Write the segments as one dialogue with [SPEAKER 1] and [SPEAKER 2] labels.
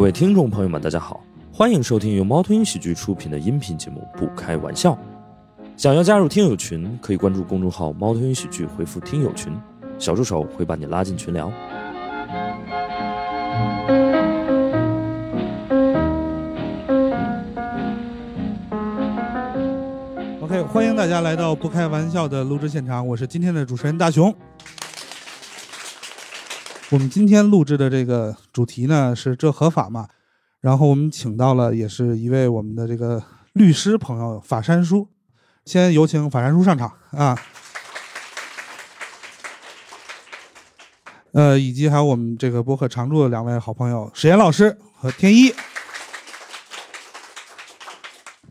[SPEAKER 1] 位听众朋友们，大家好，欢迎收听由猫头鹰喜剧出品的音频节目《不开玩笑》。想要加入听友群，可以关注公众号“猫头鹰喜剧”，回复“听友群”，小助手会把你拉进群聊。
[SPEAKER 2] OK，欢迎大家来到不开玩笑的录制现场，我是今天的主持人大熊。我们今天录制的这个主题呢是这合法吗？然后我们请到了也是一位我们的这个律师朋友法山叔，先有请法山叔上场啊。呃，以及还有我们这个播客常驻的两位好朋友史岩老师和天一。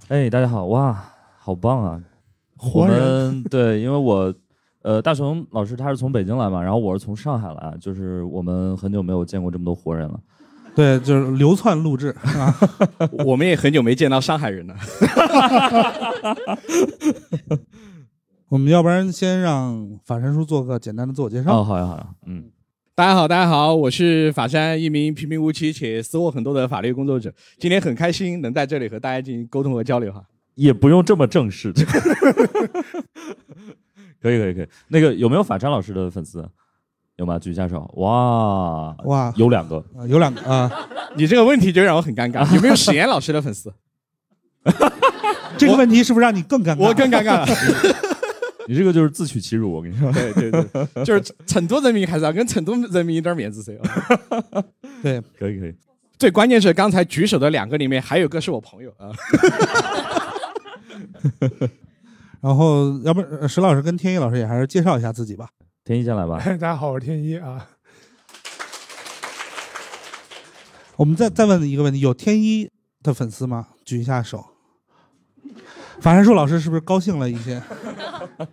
[SPEAKER 1] 哎，大家好，哇，好棒啊！我
[SPEAKER 2] 活人
[SPEAKER 1] 们对，因为我呃，大熊老师他是从北京来嘛，然后我是从上海来，啊就是我们很久没有见过这么多活人了。
[SPEAKER 2] 对，就是流窜录制啊。
[SPEAKER 3] 我们也很久没见到上海人了。
[SPEAKER 2] 我们要不然先让法山叔做个简单的自我介绍。
[SPEAKER 1] 哦，好呀，好呀，嗯，
[SPEAKER 3] 大家好，大家好，我是法山，一名平平无奇且私货很多的法律工作者。今天很开心能在这里和大家进行沟通和交流哈。
[SPEAKER 1] 也不用这么正式 的。可以，可以，可以。那个有没有法山老师的粉丝？有吗？举一下手。哇，
[SPEAKER 2] 哇，
[SPEAKER 1] 有两个。
[SPEAKER 2] 啊有两个啊，
[SPEAKER 3] 你这个问题就让我很尴尬，有没有史岩老师的粉丝？
[SPEAKER 2] 这个问题是不是让你更尴尬？
[SPEAKER 3] 我更尴尬了。
[SPEAKER 1] 你这个就是自取其辱，我跟你 说。
[SPEAKER 3] 对对对，就是成都人民还是要跟成都人民一点面子噻。
[SPEAKER 2] 对，
[SPEAKER 1] 可以，可以。
[SPEAKER 3] 哦 最关键是刚才举手的两个里面还有个是我朋友啊。
[SPEAKER 2] 然后要不呃石老师跟天一老师也还是介绍一下自己吧。
[SPEAKER 1] 天一先来吧。
[SPEAKER 4] 大家好，我是天一啊。
[SPEAKER 2] 我们再再问一个问题：有天一的粉丝吗？举一下手。法山叔老师是不是高兴了一 些？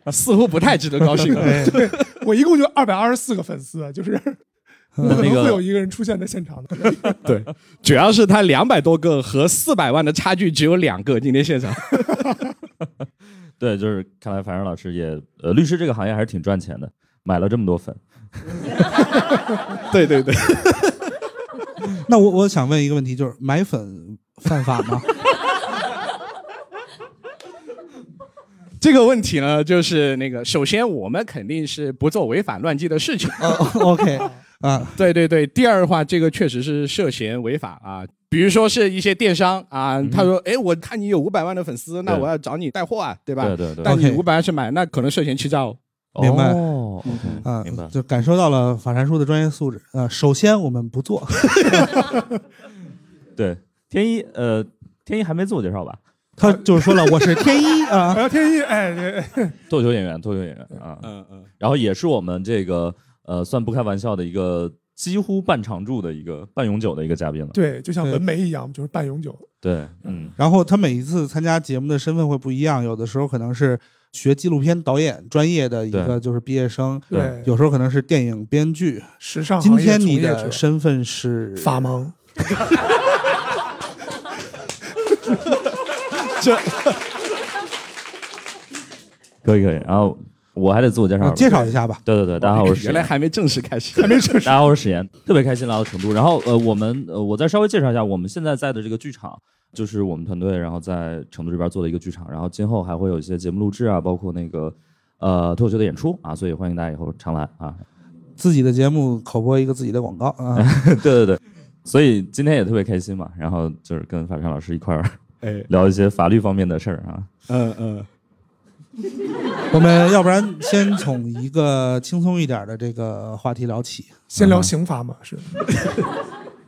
[SPEAKER 3] 啊似乎不太值得高兴 啊。
[SPEAKER 2] 对，
[SPEAKER 4] 我一共就二百二十四个粉丝，啊就是
[SPEAKER 1] 那
[SPEAKER 4] 可能会有
[SPEAKER 1] 个
[SPEAKER 4] 一个人出现在现场的。
[SPEAKER 3] 对，主要是他两百多个和四百万的差距只有两个，今天现场。
[SPEAKER 1] 对，就是看来法山老师也呃，律师这个行业还是挺赚钱的，买了这么多粉。
[SPEAKER 3] 对对对。
[SPEAKER 2] 那我我想问一个问题，就是买粉犯法吗？
[SPEAKER 3] 这个问题呢，就是那个，首先我们肯定是不做违反乱纪的事情， 哦
[SPEAKER 2] OK 啊，
[SPEAKER 3] 对对对。第二的话，这个确实是涉嫌违法啊，比如说是一些电商啊，他说，哎，我看你有五百万的粉丝，那
[SPEAKER 1] 嗯对
[SPEAKER 3] 我要找你带货啊，对吧？
[SPEAKER 1] 对对对。
[SPEAKER 3] 但你
[SPEAKER 2] OK
[SPEAKER 3] 五百万去买，那可能涉嫌欺诈哦。
[SPEAKER 2] 明白
[SPEAKER 1] 哦
[SPEAKER 2] 啊
[SPEAKER 1] OK，明白，。
[SPEAKER 2] 就感受到了法山叔的专业素质啊、首先，我们不做，
[SPEAKER 1] 对，天一呃，天一还没自我介绍吧？
[SPEAKER 2] 他就是说了，我是天一啊
[SPEAKER 4] 然。后天一，哎，这
[SPEAKER 1] 脱口秀演员，脱口秀演员啊。
[SPEAKER 3] 嗯嗯，
[SPEAKER 1] 然后也是我们这个呃，算不开玩笑的一个几乎半常驻的一个半永久的一个嘉宾了。
[SPEAKER 4] 对，就像
[SPEAKER 2] 对
[SPEAKER 4] 文梅一样，就是半永久。
[SPEAKER 1] 对，嗯，
[SPEAKER 2] 然后他每一次参加节目的身份会不一样，有的时候可能是学纪录片导演专业的一个就是毕业生，
[SPEAKER 1] 对
[SPEAKER 4] 对，
[SPEAKER 2] 有时候可能是电影编剧。
[SPEAKER 4] 时尚
[SPEAKER 2] 今
[SPEAKER 4] 行业
[SPEAKER 2] 天
[SPEAKER 4] 从
[SPEAKER 2] 你
[SPEAKER 4] 业者
[SPEAKER 2] 的身份是
[SPEAKER 4] 法盲，
[SPEAKER 1] 可以可以。然后我还得自我介绍
[SPEAKER 2] 啊
[SPEAKER 1] 吧，
[SPEAKER 2] 介绍一下吧。
[SPEAKER 1] 对对对，大家好，我是史
[SPEAKER 3] 原来
[SPEAKER 1] 岩。
[SPEAKER 3] 还没正式开始，还 没正
[SPEAKER 1] 大。家好，我是史岩，特别开心来到成都。然后呃，我们呃，我再稍微介绍一下，我们现在在的这个剧场，就是我们团队然后在成都这边做的一个剧场。然后今后还会有一些节目录制啊，包括那个呃脱口秀的演出啊，所以欢迎大家以后常来啊。
[SPEAKER 2] 自己的节目口播一个自己的广告啊，
[SPEAKER 1] 对 对对，所以今天也特别开心嘛，然后就是跟法山老师一块儿
[SPEAKER 3] 哎，
[SPEAKER 1] 聊一些法律方面的事儿啊。
[SPEAKER 3] 嗯嗯，
[SPEAKER 2] 我们要不然先从一个轻松一点的这个话题聊起。
[SPEAKER 4] 先聊刑法嘛，是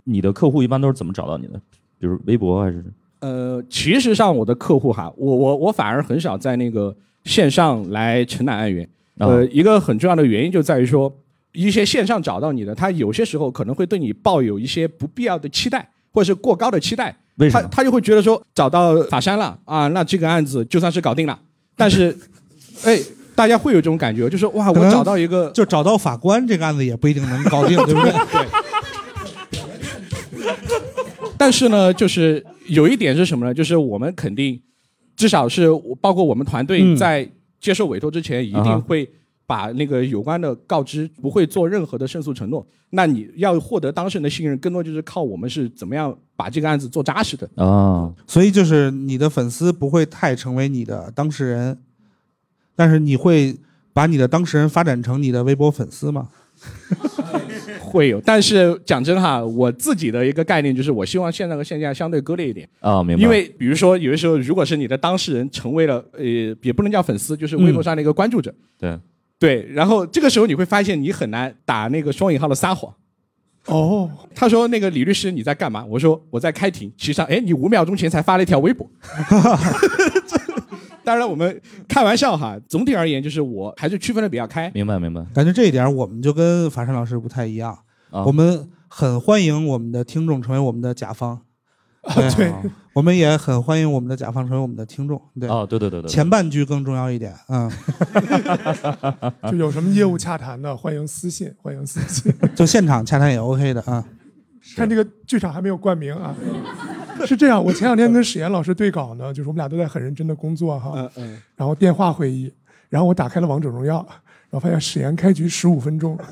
[SPEAKER 1] 你的客户一般都是怎么找到你的？比如微博还是？
[SPEAKER 3] 呃，其实上我的客户哈，我我我反而很少在那个线上来承揽案源。
[SPEAKER 1] 啊
[SPEAKER 3] 呃，一个很重要的原因就在于说，一些线上找到你的，他有些时候可能会对你抱有一些不必要的期待，或者是过高的期待，
[SPEAKER 1] 为什
[SPEAKER 3] 他
[SPEAKER 1] 么？
[SPEAKER 3] 他就会觉得说找到法山了啊，那这个案子就算是搞定了。但 是，哎，大家会有这种感觉，就是哇，
[SPEAKER 2] 可能
[SPEAKER 3] 我找到一个
[SPEAKER 2] 就找到法官这个案子也不一定能搞定，对不对？
[SPEAKER 3] 但是呢，就是有一点是什么呢？就是我们肯定，至少是我包括我们团队
[SPEAKER 2] 嗯
[SPEAKER 3] 在接受委托之前，一
[SPEAKER 1] 啊哈
[SPEAKER 3] 定会把那个有关的告知，不会做任何的胜诉承诺。那你要获得当事人的信任，更多就是靠我们是怎么样把这个案子做扎实的。
[SPEAKER 1] 啊，
[SPEAKER 2] 所以就是你的粉丝不会太成为你的当事人，但是你会把你的当事人发展成你的微博粉丝吗？
[SPEAKER 3] 会有，但是讲真哈，我自己的一个概念就是，我希望现在和线下相对割裂一点。
[SPEAKER 1] 啊，明白。
[SPEAKER 3] 因为比如说，有的时候，如果是你的当事人成为了呃，也不能叫粉丝，就是微
[SPEAKER 1] 嗯
[SPEAKER 3] 博上的一个关注者，
[SPEAKER 1] 对
[SPEAKER 3] 对，然后这个时候你会发现你很难打那个双引号的撒谎。
[SPEAKER 4] 哦，
[SPEAKER 3] 他说：“那个李律师你在干嘛？”我说：“我在开庭。”其实上，哎，你五秒钟前才发了一条微博。当然，我们开玩笑哈。总体而言，就是我还是区分的比较开。
[SPEAKER 1] 明白明白
[SPEAKER 2] 感觉这一点我们就跟法善老师不太一样，
[SPEAKER 1] 啊，
[SPEAKER 2] 我们很欢迎我们的听众成为我们的甲方，
[SPEAKER 1] 啊
[SPEAKER 2] 对
[SPEAKER 4] 对，
[SPEAKER 2] 我们也很欢迎我们的甲方成为我们的听众。对，
[SPEAKER 1] 啊，对对对对，对
[SPEAKER 2] 前半句更重要一点。嗯，
[SPEAKER 4] 就有什么业务洽谈的，欢迎私信，欢迎私信。
[SPEAKER 2] 就现场洽谈也 OK 的啊。
[SPEAKER 4] 看这个剧场还没有冠名啊。 是这样，我前两天跟史岩老师对稿呢，就是我们俩都在很认真的工作哈，
[SPEAKER 3] 嗯嗯，
[SPEAKER 4] 然后电话会议，然后我打开了王者荣耀，然后发现史岩开局十五分钟，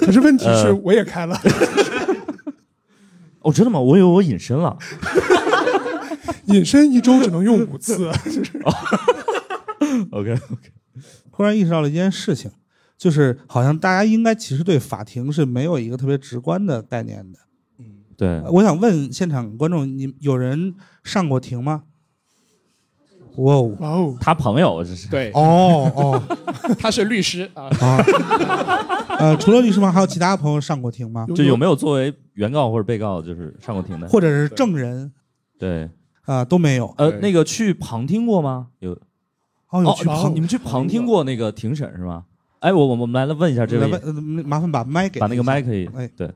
[SPEAKER 4] 可是问题是
[SPEAKER 1] 呃
[SPEAKER 4] 我也开了，
[SPEAKER 1] 哦，真的吗？我以为我隐身了。
[SPEAKER 4] 隐身一周只能用五 次，
[SPEAKER 1] OK OK，
[SPEAKER 2] 忽然意识到了一件事情，就是好像大家应该其实对法庭是没有一个特别直观的概念的。
[SPEAKER 1] 对，
[SPEAKER 2] 我想问现场观众，你有人上过庭吗？哇哦
[SPEAKER 4] 哇哦，
[SPEAKER 1] 他朋友这是
[SPEAKER 3] 对，
[SPEAKER 2] 哦哦
[SPEAKER 3] 他是律师啊。
[SPEAKER 2] 啊！ 呃，除了律师吗？还有其他朋友上过庭吗？
[SPEAKER 1] 就有没有作为原告或者被告就是上过庭的？
[SPEAKER 2] 或者是证人
[SPEAKER 1] 对，
[SPEAKER 2] 啊、都没有。
[SPEAKER 1] 呃，
[SPEAKER 3] 对
[SPEAKER 1] 那个去旁听过吗？有
[SPEAKER 2] 哦，有
[SPEAKER 1] 哦
[SPEAKER 2] 去，旁
[SPEAKER 1] 你们去旁听过那个庭审是吗？哎，我我我们来问一下这
[SPEAKER 2] 来
[SPEAKER 1] 位
[SPEAKER 2] 问，，呃麻烦把麦给
[SPEAKER 1] 把
[SPEAKER 2] 他
[SPEAKER 1] 那
[SPEAKER 2] 一
[SPEAKER 1] 个
[SPEAKER 2] 下
[SPEAKER 1] 麦可以
[SPEAKER 2] 哎，
[SPEAKER 1] 对，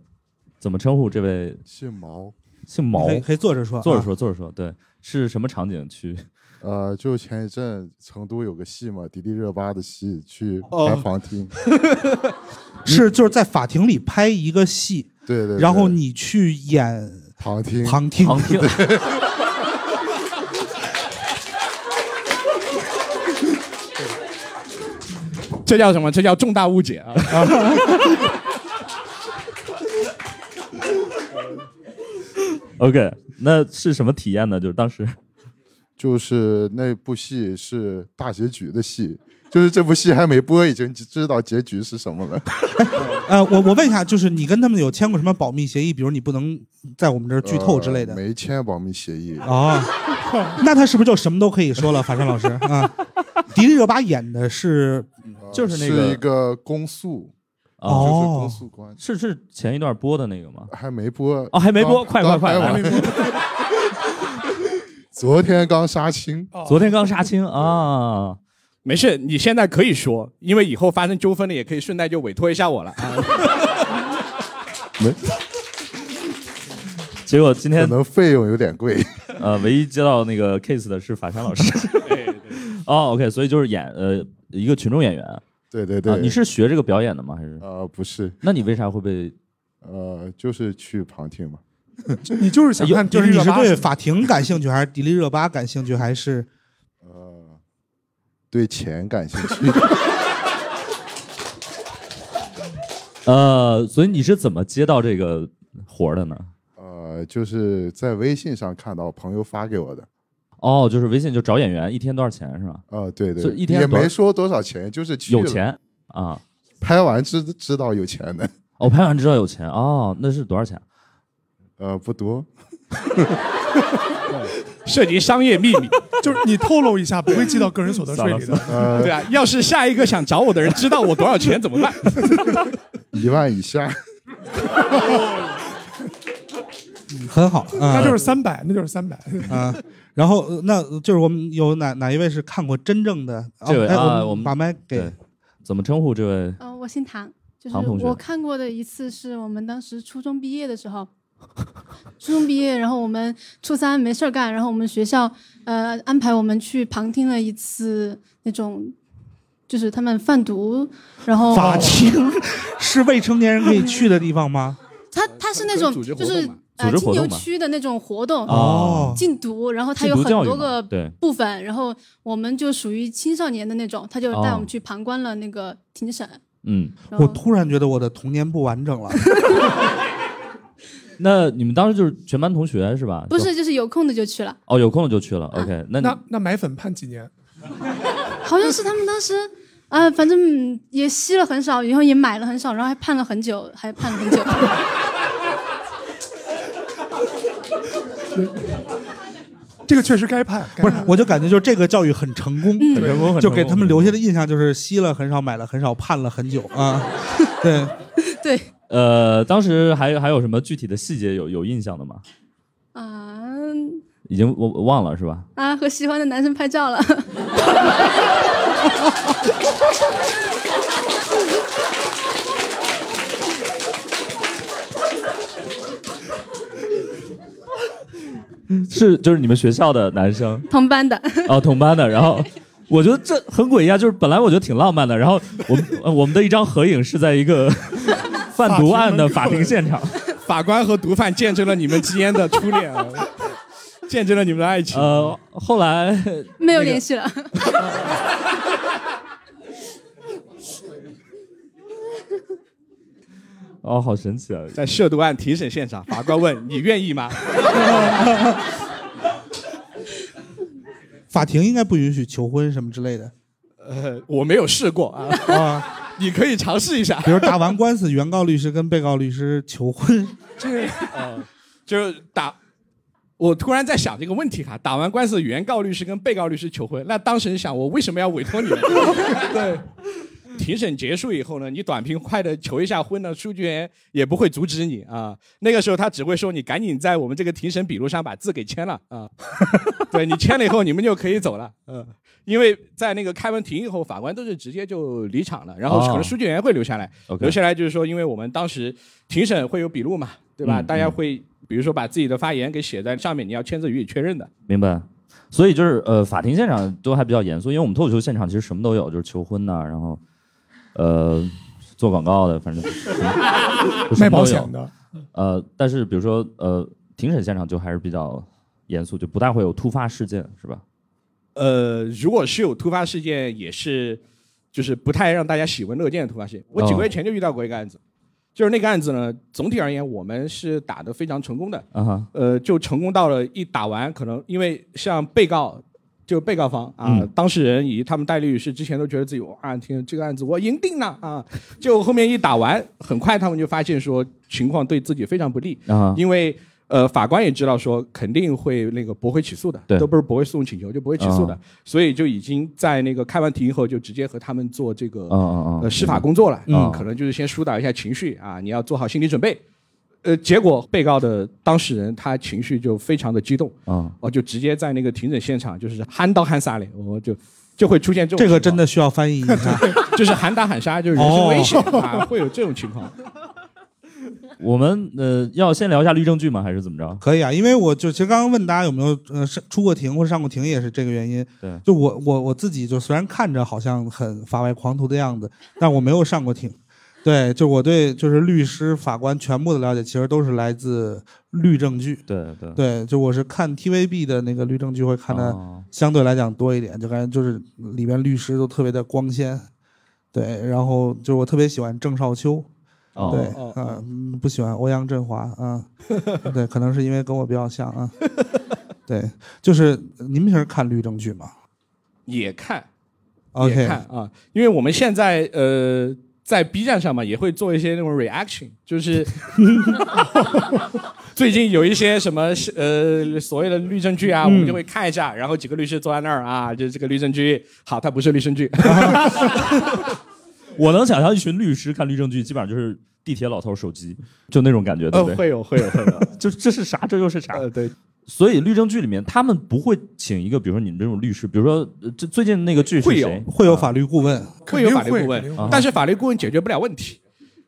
[SPEAKER 1] 怎么称呼这位
[SPEAKER 5] 姓毛，
[SPEAKER 1] 姓毛
[SPEAKER 2] 可？以可以坐着说，
[SPEAKER 1] 坐着
[SPEAKER 2] 啊。
[SPEAKER 1] 说，坐着说，对，是什么场 景去？
[SPEAKER 5] 呃，就前一阵成都有个戏嘛，迪丽热巴的戏去
[SPEAKER 3] 哦
[SPEAKER 5] 开 房厅，
[SPEAKER 2] 是就是在法庭里拍一个戏，
[SPEAKER 5] 对对对，
[SPEAKER 2] 然后你去演
[SPEAKER 5] 旁听，
[SPEAKER 2] 旁听，
[SPEAKER 1] 旁听，
[SPEAKER 3] 这叫什么？这叫重大误解啊！
[SPEAKER 1] OK，那是什么体验呢？就是当时
[SPEAKER 5] 就是那部戏是大结局的戏，就是这部戏还没播，已经知道结局是什么了。
[SPEAKER 2] 呃，我我问一下，就是你跟他们有签过什么保密协议？比如你不能在我们这儿剧透之类的。
[SPEAKER 5] 呃没签保密协议，
[SPEAKER 1] 啊
[SPEAKER 2] 哦，那他是不是就什么都可以说了？法山老师啊，迪丽热巴演的是
[SPEAKER 5] 呃
[SPEAKER 1] 就是那
[SPEAKER 5] 是
[SPEAKER 1] 个
[SPEAKER 5] 一个公诉，
[SPEAKER 1] 啊，
[SPEAKER 5] 就是
[SPEAKER 2] 哦
[SPEAKER 5] 公诉官，
[SPEAKER 1] 是是前一段播的那个吗？
[SPEAKER 5] 还没播
[SPEAKER 1] 哦，还没播，快快
[SPEAKER 5] 刚刚
[SPEAKER 1] 快！
[SPEAKER 5] 拍
[SPEAKER 1] 来
[SPEAKER 5] 完昨天刚杀青，
[SPEAKER 1] 昨天刚杀青啊，
[SPEAKER 3] 没事，你现在可以说，因为以后发生纠纷了，也可以顺带就委托一下我了。啊
[SPEAKER 5] 没
[SPEAKER 1] 结果今
[SPEAKER 5] 可
[SPEAKER 1] 天
[SPEAKER 5] 能费用有点贵。
[SPEAKER 1] 呃，唯一接到那个 case 的是法山老师。 哦，OK，所以就是演呃一个群众演员啊，
[SPEAKER 5] 对对对，
[SPEAKER 1] 你是学这个表演的吗？还是？
[SPEAKER 5] 呃不是
[SPEAKER 1] 那你为啥会被？
[SPEAKER 5] 呃就是去旁听嘛。
[SPEAKER 4] 你就是想看迪
[SPEAKER 2] 就
[SPEAKER 4] 丽
[SPEAKER 2] 是你
[SPEAKER 4] 热
[SPEAKER 2] 是
[SPEAKER 4] 巴
[SPEAKER 2] 对法庭感兴趣，还是迪丽热巴感兴趣，还是
[SPEAKER 5] 呃，对钱感兴 趣，
[SPEAKER 1] 呃，所以你是怎么接到这个活儿的呢？
[SPEAKER 5] 呃，就是在微信上看到朋友发给我的，
[SPEAKER 1] 哦，就是微信就找演员，一天多少钱是吧？
[SPEAKER 5] 呃，对
[SPEAKER 1] 所
[SPEAKER 5] 对，
[SPEAKER 1] 以一天
[SPEAKER 5] 也
[SPEAKER 1] 多少
[SPEAKER 5] 没说多少钱，就是去了
[SPEAKER 1] 有，钱啊！
[SPEAKER 5] 拍完知知道有钱的，
[SPEAKER 1] 哦，拍完知道有钱哦，那是多少钱？
[SPEAKER 5] 呃，不多，
[SPEAKER 3] 涉及商业秘密，
[SPEAKER 4] 就是你透露一下，不会记到个人所得税里的。
[SPEAKER 3] 对啊，要是下一个想找我的人知道我多少钱怎么办？
[SPEAKER 5] 一万以下，
[SPEAKER 2] 很好啊
[SPEAKER 4] 那就是三百，那就是三百。
[SPEAKER 2] 啊？然后呃那就是我们有哪哪一位是看过真正的？哦
[SPEAKER 1] 这位
[SPEAKER 2] 哎
[SPEAKER 1] 啊
[SPEAKER 2] 我
[SPEAKER 1] 我
[SPEAKER 2] 们
[SPEAKER 1] 们
[SPEAKER 2] 把麦给
[SPEAKER 1] 对，怎么称呼这位？
[SPEAKER 6] 嗯、我姓唐，就是
[SPEAKER 1] 唐同学
[SPEAKER 6] 我看过的一次是我们当时初中毕业的时候， 初中毕业，然后我们初三没事儿干，然后我们学校呃安排我们去旁听了一次那种，就是他们贩毒，然后
[SPEAKER 2] 法庭是未成年人可以去的地方吗？
[SPEAKER 6] 他他是那种
[SPEAKER 3] 组织活
[SPEAKER 6] 就
[SPEAKER 3] 动
[SPEAKER 6] 是
[SPEAKER 3] 嘛
[SPEAKER 1] 组
[SPEAKER 6] 呃
[SPEAKER 1] 织
[SPEAKER 6] 金
[SPEAKER 1] 活
[SPEAKER 6] 牛
[SPEAKER 1] 动嘛。
[SPEAKER 6] 区的那种活动
[SPEAKER 1] 哦
[SPEAKER 6] 禁毒，然后它
[SPEAKER 1] 禁
[SPEAKER 6] 有
[SPEAKER 1] 毒
[SPEAKER 6] 很
[SPEAKER 1] 教育
[SPEAKER 6] 多
[SPEAKER 1] 嘛
[SPEAKER 6] 个
[SPEAKER 1] 对
[SPEAKER 6] 部分，然后我们就属于青少年的那种，他就带我
[SPEAKER 1] 哦
[SPEAKER 6] 们去旁观了那个庭审。
[SPEAKER 1] 嗯，
[SPEAKER 6] 然
[SPEAKER 2] 我
[SPEAKER 6] 后
[SPEAKER 2] 突然觉得我的童年不完整了。
[SPEAKER 1] 那你们当时就是全班同学是吧？
[SPEAKER 6] 不是，啊就是有空的就去了，
[SPEAKER 1] 哦，有空了就去了。OK，那你
[SPEAKER 4] 那那买粉判几年？
[SPEAKER 6] 好像是他们当时。啊，反正嗯也吸了很少，然后也买了很少，然后还判了很久，还判了很 久。
[SPEAKER 4] 这个确实该判，
[SPEAKER 2] 不是，我就感觉就是这个教育很成功，
[SPEAKER 6] 嗯
[SPEAKER 1] 很成功很
[SPEAKER 2] 就
[SPEAKER 1] 成
[SPEAKER 2] 给
[SPEAKER 1] 功
[SPEAKER 2] 他们留下的印象就是吸了很少，买了很少，盼了很久啊。对，
[SPEAKER 6] 对
[SPEAKER 1] 呃，当时还有还有什么具体的细节有有印象的吗？
[SPEAKER 6] 啊
[SPEAKER 1] 已经我我忘了是吧？
[SPEAKER 6] 啊，和喜欢的男生拍照了。
[SPEAKER 1] 是就是你们学校的男生
[SPEAKER 6] 同班的，
[SPEAKER 1] 哦，同班的。然后我觉得这很诡异啊，就是本来我觉得挺浪漫的，然后我们、呃我们的一张合影是在 一个贩毒案的法庭现场。
[SPEAKER 3] 法官和毒贩见证了你们之间的初恋，啊见证了你们的爱情。
[SPEAKER 1] 呃，后来
[SPEAKER 6] 没有联系了。
[SPEAKER 1] 哦，好神奇啊！
[SPEAKER 3] 在涉毒案庭审现场，法官问：“你愿意吗
[SPEAKER 2] 法庭应该不允许求婚什么之类的？”
[SPEAKER 3] 呃，我没有试过啊，
[SPEAKER 2] 啊。
[SPEAKER 3] 你可以尝试一下。
[SPEAKER 2] 比如打完官司，原告律师跟被告律师求婚，
[SPEAKER 4] 这
[SPEAKER 3] 就是打，我突然在想这个问题哈，打完官司，原告律师跟被告律师求婚，那当事人想，我为什么要委托你们？对。庭审结束以后呢，你短平快的求一下婚呢，书记员也不会阻止你啊。那个时候他只会说你赶紧在我们这个庭审笔录上把字给签了啊。对你签了以后，你们就可以走了。嗯，因为在那个开完庭以后，法官都是直接就离场了，然后可能书记员会留下来。
[SPEAKER 1] OK
[SPEAKER 3] 留下来就是说，因为我们当时庭审会有笔录嘛，对吧？
[SPEAKER 1] 嗯
[SPEAKER 3] 大家会比如说把自己的发言给写在上面，你要签字予以确认的。
[SPEAKER 1] 明白。所以就是呃，法庭现场都还比较严肃，因为我们脱口秀现场其实什么都有，就是求婚呐、然后呃做广告的，反正就什么都有
[SPEAKER 4] 卖保险的，
[SPEAKER 1] 呃，但是比如说呃，庭审现场就还是比较严肃，就不大会有突发事件，是吧？
[SPEAKER 3] 呃，如果是有突发事件，也是就是不太让大家喜闻乐见的突发事件。我几个月前就遇到过一个案子，就是那个案子呢，总体而言我们是打得非常成功的，
[SPEAKER 1] 啊哈，
[SPEAKER 3] 呃，就成功到了一打完，可能因为像被告，就被告方啊，
[SPEAKER 1] 嗯
[SPEAKER 3] 当事人以及他们代理律师之前都觉得自己哇，天，这个案子我赢定了啊，就后面一打完，很快他们就发现说情况对自己非常不利，
[SPEAKER 1] 啊哈，
[SPEAKER 3] 因为呃，法官也知道说肯定会那个驳回起诉的，
[SPEAKER 1] 对
[SPEAKER 3] 都不是驳回诉讼请求，就驳回起诉的，
[SPEAKER 1] 啊
[SPEAKER 3] 所以就已经在那个开完庭以后就直接和他们做这个
[SPEAKER 1] 啊啊啊
[SPEAKER 3] 呃！司法工作了，
[SPEAKER 1] 嗯
[SPEAKER 3] 嗯，可能就是先疏导一下情绪啊，你要做好心理准备。呃，结果被告的当事人他情绪就非常的激动，
[SPEAKER 1] 啊，
[SPEAKER 3] 哦，就直接在那个庭审现场就是喊刀喊杀嘞，我就就会出现这种
[SPEAKER 2] 这个
[SPEAKER 3] 情
[SPEAKER 2] 真
[SPEAKER 3] 况
[SPEAKER 2] 的需要翻译一下。
[SPEAKER 3] 就是喊打喊杀，就是人身危险、
[SPEAKER 2] 哦
[SPEAKER 3] 啊，会有这种情况。
[SPEAKER 1] 嗯我们呃要先聊一下律政剧吗？还是怎么着？
[SPEAKER 2] 可以啊，因为我就其实刚刚问大家有没有呃上出过庭或者上过庭，也是这个原因。
[SPEAKER 1] 对
[SPEAKER 2] 就我我我自己就虽然看着好像很法外狂徒的样子，但我没有上过庭。对，就我对就是律师、法官全部的了解，其实都是来自律政剧。
[SPEAKER 1] 对对
[SPEAKER 2] 对，就我是看 TVB 的那个律政剧会看的
[SPEAKER 1] 哦
[SPEAKER 2] 相对来讲多一点，就感觉就是里边律师都特别的光鲜。对，然后就我特别喜欢郑少秋，
[SPEAKER 1] 哦
[SPEAKER 2] 对，
[SPEAKER 3] 哦
[SPEAKER 2] 啊嗯，不喜欢欧阳震华啊， 对，可能是因为跟我比较像啊。对，就是你们平时看律政剧吗
[SPEAKER 3] 也看也
[SPEAKER 2] ？OK，
[SPEAKER 3] 看啊，因为我们现在呃在 B 站上嘛，也会做一些那种 reaction，就是最近有一些什么呃所谓的律政剧啊，我们就会看一下，然后几个律师坐在那儿啊，就这个律政剧，好，它不是律政剧，
[SPEAKER 1] 我能想象一群律师看律政剧，基本上就是地铁老头手机，就那种感觉，对
[SPEAKER 3] 呃
[SPEAKER 1] 不，对？
[SPEAKER 3] 会有会有会 有，
[SPEAKER 1] 就这是啥？这又是啥？
[SPEAKER 3] 呃，对，
[SPEAKER 1] 所以律政剧里面，他们不会请一个，比如说你们这种律师，比如说呃这最近那个剧是
[SPEAKER 3] 会有
[SPEAKER 1] 谁？
[SPEAKER 2] 会有法律顾问，
[SPEAKER 3] 会有法律顾
[SPEAKER 4] 肯定
[SPEAKER 3] 问
[SPEAKER 4] 会
[SPEAKER 1] 啊，
[SPEAKER 3] 但是法律顾问解决不了问题。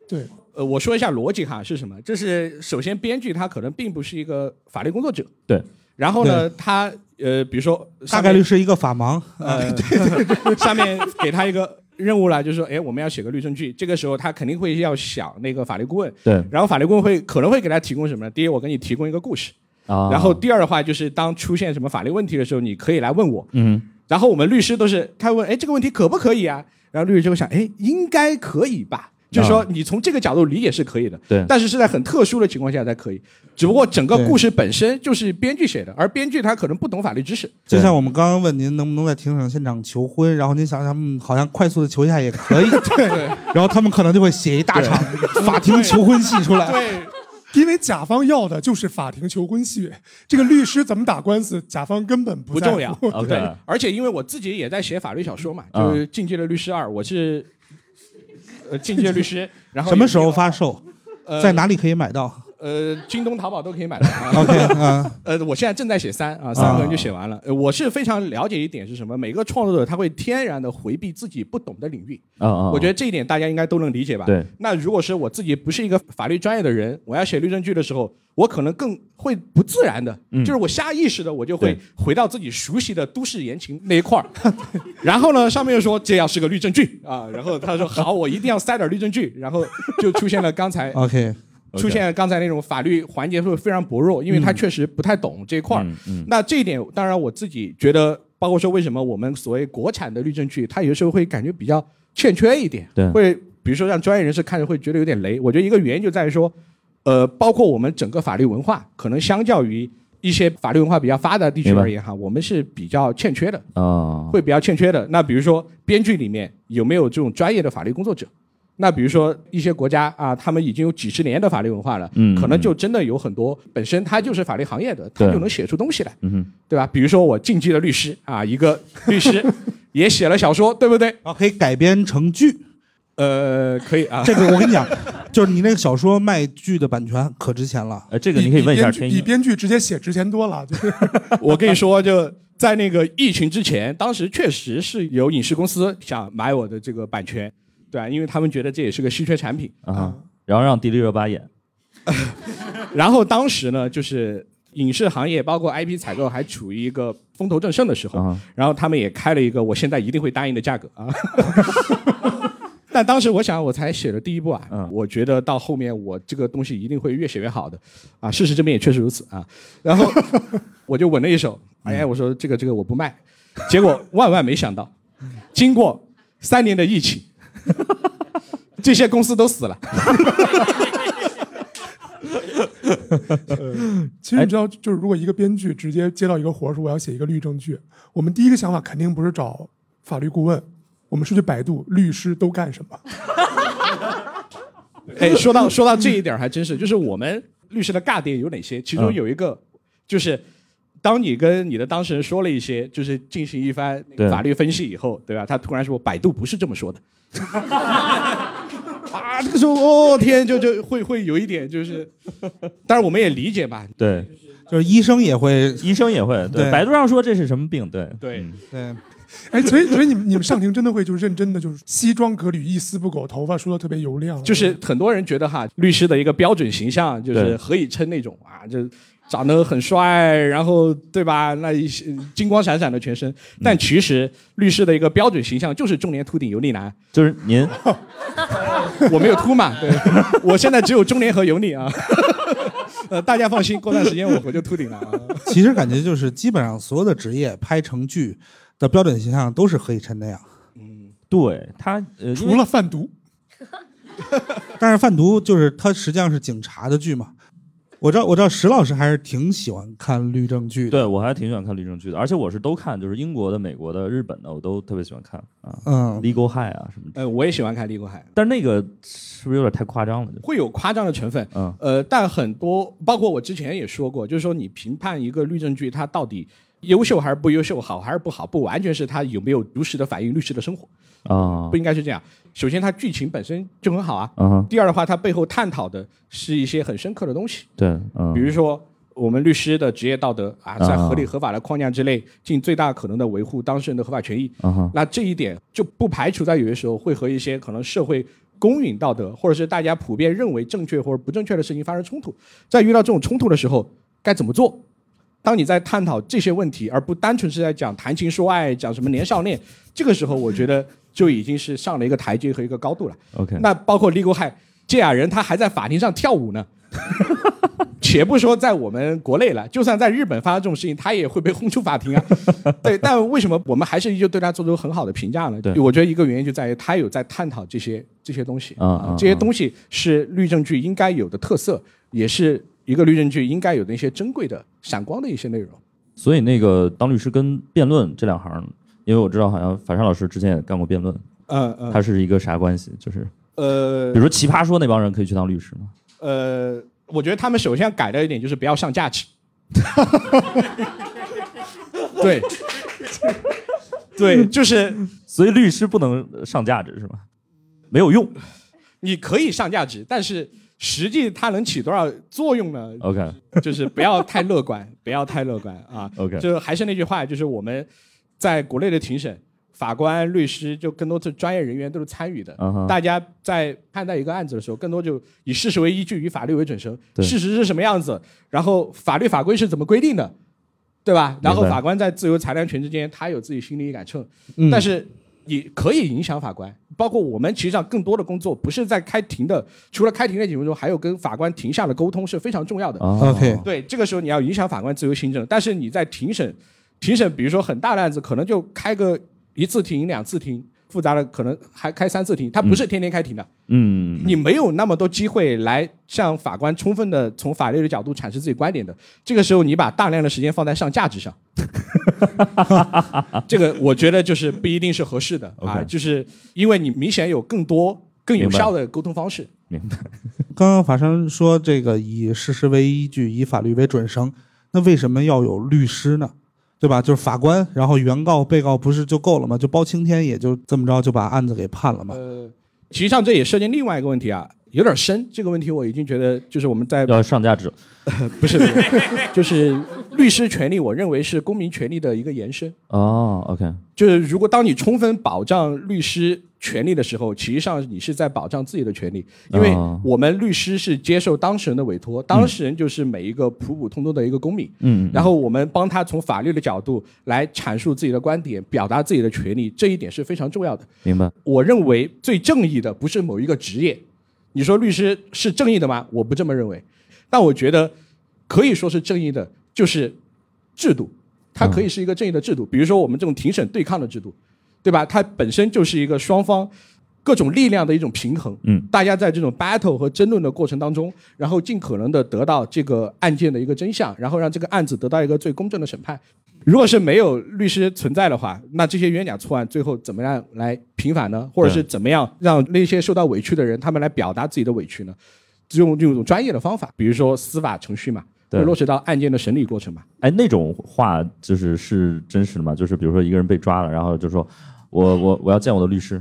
[SPEAKER 4] 对，
[SPEAKER 3] 呃，我说一下逻辑哈是什么？就是首先编剧他可能并不是一个法律工作者，
[SPEAKER 1] 对。
[SPEAKER 3] 然后呢，他呃，比如说
[SPEAKER 2] 大
[SPEAKER 3] 上面
[SPEAKER 2] 概率是一个法盲。
[SPEAKER 3] 呃，对对对，下面给他一个任务了，就是说，哎，我们要写个律政剧。这个时候他肯定会要想那个法律顾问，
[SPEAKER 1] 对
[SPEAKER 3] 然后法律顾问会可能会给他提供什么呢？第一，我给你提供一个故事，
[SPEAKER 1] 啊，
[SPEAKER 3] 然后第二的话就是当出现什么法律问题的时候，你可以来问我。
[SPEAKER 1] 嗯，
[SPEAKER 3] 然后我们律师都是他问，哎，这个问题可不可以啊？然后律师就会想，哎，应该可以吧？就是说，你从这个角度理解是可以的，
[SPEAKER 1] 啊对
[SPEAKER 3] 但是是在很特殊的情况下才可以。只不过整个故事本身就是编剧写的，而编剧他可能不懂法律知识，
[SPEAKER 2] 就像我们刚刚问您能不能在庭审现场求婚，然后您想想，嗯，好像快速的求一下也可以，对， 然后他们可能就会写一大场法庭求婚戏出来，
[SPEAKER 3] 对，
[SPEAKER 4] 因为甲方要的就是法庭求婚戏，这个律师怎么打官司，甲方根本不
[SPEAKER 3] 不
[SPEAKER 4] 在乎
[SPEAKER 3] 重要。对，而且因为我自己也在写法律小说嘛，
[SPEAKER 2] 嗯
[SPEAKER 3] 就是《进阶的律师二》，我是呃《进阶律师》，然后
[SPEAKER 2] 什么时候发售
[SPEAKER 3] 呃，
[SPEAKER 2] 在哪里可以买到？
[SPEAKER 3] 呃，京东、淘宝都可以买到。啊
[SPEAKER 2] OK，啊
[SPEAKER 3] 呃，我现在正在写三啊，三个人就写完了。呃我是非常了解一点是什么，每个创作者他会天然的回避自己不懂的领域。
[SPEAKER 1] 啊啊，
[SPEAKER 3] 我觉得这一点大家应该都能理解吧？
[SPEAKER 1] 对
[SPEAKER 3] 那如果是我自己不是一个法律专业的人，我要写律政剧的时候，我可能更会不自然的，
[SPEAKER 1] 嗯
[SPEAKER 3] 就是我下意识的我就会
[SPEAKER 1] 对
[SPEAKER 3] 回到自己熟悉的都市言情那一块儿。 然后呢，上面又说这要是个律政剧啊，然后他说好，我一定要塞点律政剧，然后就出现了刚 才
[SPEAKER 1] 哦
[SPEAKER 2] OK，
[SPEAKER 3] 出现刚才那种法律环节会非常薄弱，因为他
[SPEAKER 1] 嗯
[SPEAKER 3] 确实不太懂这一块儿。那这一点，当然我自己觉得，包括说为什么我们所谓国产的律政剧，它有时候会感觉比较欠缺一点，
[SPEAKER 1] 对
[SPEAKER 3] 会比如说让专业人士看着会觉得有点雷。我觉得一个原因就在于说，呃，包括我们整个法律文化，可能相较于一些法律文化比较发达的地区
[SPEAKER 1] 明白
[SPEAKER 3] 而言哈，我们是比较欠缺的。
[SPEAKER 1] 啊，
[SPEAKER 3] 会比较欠缺的。那比如说编剧里面有没有这种专业的法律工作者？那比如说一些国家啊，他们已经有几十年的法律文化了，
[SPEAKER 1] 嗯
[SPEAKER 3] 可能就真的有很多本身他就是法律行业的，他
[SPEAKER 1] 对
[SPEAKER 3] 就能写出东西来，
[SPEAKER 1] 嗯哼，
[SPEAKER 3] 对吧？比如说我进击的律师啊，一个律师也写了小说，对不对？
[SPEAKER 2] 然后啊可以改编成剧。
[SPEAKER 3] 呃，可以啊，
[SPEAKER 2] 这个我跟你讲， 就是你那个小说卖剧的版权可值钱了。
[SPEAKER 1] 呃，这个你可以问一下天
[SPEAKER 4] 比
[SPEAKER 1] 一，
[SPEAKER 4] 编剧直接写值钱多了， 就是
[SPEAKER 3] 我跟你说，就在那个疫情之前，当时确实是有影视公司想买我的这个版权，对啊吧？因为他们觉得这也是个稀缺产品，
[SPEAKER 1] 啊，然后让迪丽热巴演，
[SPEAKER 3] 然后当时呢，就是影视行业包括 IP 采购还处于一个风头正盛的时候，
[SPEAKER 1] 啊
[SPEAKER 3] 然后他们也开了一个我现在一定会答应的价格 啊。但当时我想，我才写了第一部啊，
[SPEAKER 1] 嗯
[SPEAKER 3] 我觉得到后面我这个东西一定会越写越好的，啊，事实证明也确实如此啊。然后我就稳了一手，
[SPEAKER 1] 嗯
[SPEAKER 3] 哎，我说这个这个我不卖，结果万万没想到，经过三年的疫 情，这些公司都死了。
[SPEAKER 4] 其实你知道，就是如果一个编剧直接接到一个活儿，说我要写一个律政剧，我们第一个想法肯定不是找法律顾问，我们是去百度律师都干什 么。
[SPEAKER 3] 哎，说到说到这一点儿还真是，就是我们律师的尬点有哪些？其中有一个就是，当你跟你的当事人说了一些，就是进行一番
[SPEAKER 1] 对
[SPEAKER 3] 法律分析以后，对吧？他突然说百度不是这么说的，啊，这个时候哦天，就就会会有一点就是，当然我们也理解吧，
[SPEAKER 1] 对，
[SPEAKER 2] 就是医生也会
[SPEAKER 1] 医生也会，对，
[SPEAKER 2] 对
[SPEAKER 1] 百度上说这是什么病，对，
[SPEAKER 3] 对。
[SPEAKER 2] 对，
[SPEAKER 4] 哎，所以所以你们你们上庭真的会就认真的就是西装革履、一丝不苟，头发梳的特别啊油亮，
[SPEAKER 3] 就是很多人觉得哈，律师的一个标准形象就是
[SPEAKER 1] 对
[SPEAKER 3] 何以琛那种啊，就长得很帅，然后对吧？那一些金光闪闪的全身，但其实律师的一个标准形象就是中年秃顶油腻男。
[SPEAKER 1] 就是您，
[SPEAKER 3] 我没有秃嘛，对，我现在只有中年和油腻啊。 呃，大家放心，过段时间我我就秃顶了啊。
[SPEAKER 2] 其实感觉就是基本上所有的职业拍成剧的标准形象都是何以琛那样，
[SPEAKER 1] 对他，呃，因为
[SPEAKER 4] 除了贩毒，
[SPEAKER 2] 但是贩毒就是他实际上是警察的剧嘛。我知道，我知道石老师还是挺喜欢看律政剧的。
[SPEAKER 1] 对我还挺喜欢看律政剧的，而且我是都看，就是英国的、美国的、日本的，我都特别喜欢看啊
[SPEAKER 2] 嗯，
[SPEAKER 1] ，Legal High 啊什么的。
[SPEAKER 3] 呃，我也喜欢看立国海，
[SPEAKER 1] 但是那个是不是有点太夸张了？就
[SPEAKER 3] 会有夸张的成分，
[SPEAKER 1] 嗯
[SPEAKER 3] 呃，但很多包括我之前也说过，就是说你评判一个律政剧，它到底优秀还是不优秀，好还是不好，不完全是它有没有如实的反映律师的生活，
[SPEAKER 1] 啊
[SPEAKER 3] 不，应该是这样。首先，它剧情本身就很好啊。
[SPEAKER 1] 嗯哼，
[SPEAKER 3] 第二的话，它背后探讨的是一些很深刻的东西，
[SPEAKER 1] 对，嗯，
[SPEAKER 3] 比如说我们律师的职业道德啊，在合理
[SPEAKER 1] 啊
[SPEAKER 3] 合法的框架之内，尽最大可能的维护当事人的合法权益。
[SPEAKER 1] 嗯哼，
[SPEAKER 3] 那这一点就不排除在有些时候会和一些可能社会公允道德，或者是大家普遍认为正确或者不正确的事情发生冲突。在遇到这种冲突的时候，该怎么做？当你在探讨这些问题，而不单纯是在讲谈情说爱、讲什么年少恋，这个时候我觉得就已经是上了一个台阶和一个高度了。
[SPEAKER 1] OK，
[SPEAKER 3] 那包括 legal high 这俩人，他还在法庭上跳舞呢。 且不说在我们国内了，就算在日本发生这种事情，他也会被轰出法 庭啊。对，但为什么我们还是依旧对他做出很好的评价呢？
[SPEAKER 1] 对
[SPEAKER 3] 我觉得一个原因就在于他有在探讨这些这些东西
[SPEAKER 1] 啊啊
[SPEAKER 3] 这些
[SPEAKER 1] 啊
[SPEAKER 3] 东西是律政剧应该有的特色，也是一个律政剧应该有的一些珍贵的闪光的一些内容。
[SPEAKER 1] 所以那个当律师跟辩论这两行，因为我知道好像樊胜老师之前也干过辩论，
[SPEAKER 3] 嗯嗯，
[SPEAKER 1] 他是一个啥关系？就是
[SPEAKER 3] 呃
[SPEAKER 1] 比如说奇葩说那帮人可以去当律师吗？
[SPEAKER 3] 呃，我觉得他们首先要改掉一点就是不要上价值。对，对，就是
[SPEAKER 1] 所以律师不能上价值是吗？没有用。
[SPEAKER 3] 你可以上价值，但是实际它能起多少作用呢？
[SPEAKER 1] OK
[SPEAKER 3] 就是不要太乐观，不要太乐观啊。
[SPEAKER 1] OK，
[SPEAKER 3] 就还是那句话，就是我们在国内的庭审，法官、律师就更多是专业人员都是参与的。
[SPEAKER 1] 嗯哼
[SPEAKER 3] 大家在看待一个案子的时候，更多就以事实为依据，以法律为准绳。
[SPEAKER 1] 对
[SPEAKER 3] 事实是什么样子，然后法律法规是怎么规定的，对吧？然后
[SPEAKER 1] 明白
[SPEAKER 3] 法官在自由裁量权之间，他有自己心里一杆秤。
[SPEAKER 2] 嗯
[SPEAKER 3] 但是你可以影响法官，包括我们其实上更多的工作不是在开庭的，除了开庭的几分钟，还有跟法官庭下的沟通是非常重要的。
[SPEAKER 1] 啊
[SPEAKER 2] OK
[SPEAKER 3] 对，这个时候你要影响法官自由行政，但是你在庭审，庭审比如说很大的案子，可能就开个一次庭、两次庭，复杂的可能还开三次庭，他不是天天开庭的，
[SPEAKER 1] 嗯，
[SPEAKER 3] 你没有那么多机会来向法官充分的从法律的角度阐释自己观点的。这个时候，你把大量的时间放在上价值上，这个我觉得就是不一定是合适的啊，
[SPEAKER 1] OK
[SPEAKER 3] 就是因为你明显有更多更有
[SPEAKER 1] 明白
[SPEAKER 3] 效的沟通方式。
[SPEAKER 2] 刚刚法生说这个以事实为依据，以法律为准绳，那为什么要有律师呢？对吧？就是法官，然后原告、被告不是就够了吗？就包青天也就这么着就把案子给判了嘛。
[SPEAKER 3] 呃，其实上这也涉及另外一个问题啊，有点深。这个问题我已经觉得就是我们在
[SPEAKER 1] 要上价值。
[SPEAKER 3] 不是，不 是就是律师权利，我认为是公民权利的一个延伸。
[SPEAKER 1] 哦，OK，
[SPEAKER 3] 就是如果当你充分保障律师权利的时候，其实上你是在保障自己的权利，因为
[SPEAKER 1] 哦
[SPEAKER 3] 我们律师是接受当事人的委托，当事人就是每一个普普通通的一个公民。
[SPEAKER 1] 嗯，
[SPEAKER 3] 然后我们帮他从法律的角度来阐述自己的观点，表达自己的权利，这一点是非常重要的。
[SPEAKER 1] 明白。
[SPEAKER 3] 我认为最正义的不是某一个职业。你说律师是正义的吗？我不这么认为，但我觉得可以说是正义的，就是制度，它可以是一个正义的制度。比如说我们这种庭审对抗的制度，对吧？它本身就是一个双方各种力量的一种平衡。
[SPEAKER 1] 嗯，
[SPEAKER 3] 大家在这种 battle 和争论的过程当中，然后尽可能的得到这个案件的一个真相，然后让这个案子得到一个最公正的审判。如果是没有律师存在的话，那这些冤假错案最后怎么样来平反呢？或者是怎么样让那些受到委屈的人他们来表达自己的委屈呢？只用用一种专业的方法，比如说司法程序嘛，
[SPEAKER 1] 对
[SPEAKER 3] 会落实到案件的审理过程嘛。
[SPEAKER 1] 哎，那种话就是是真实的吗？就是比如说一个人被抓了，然后就说我我我要见我的律师，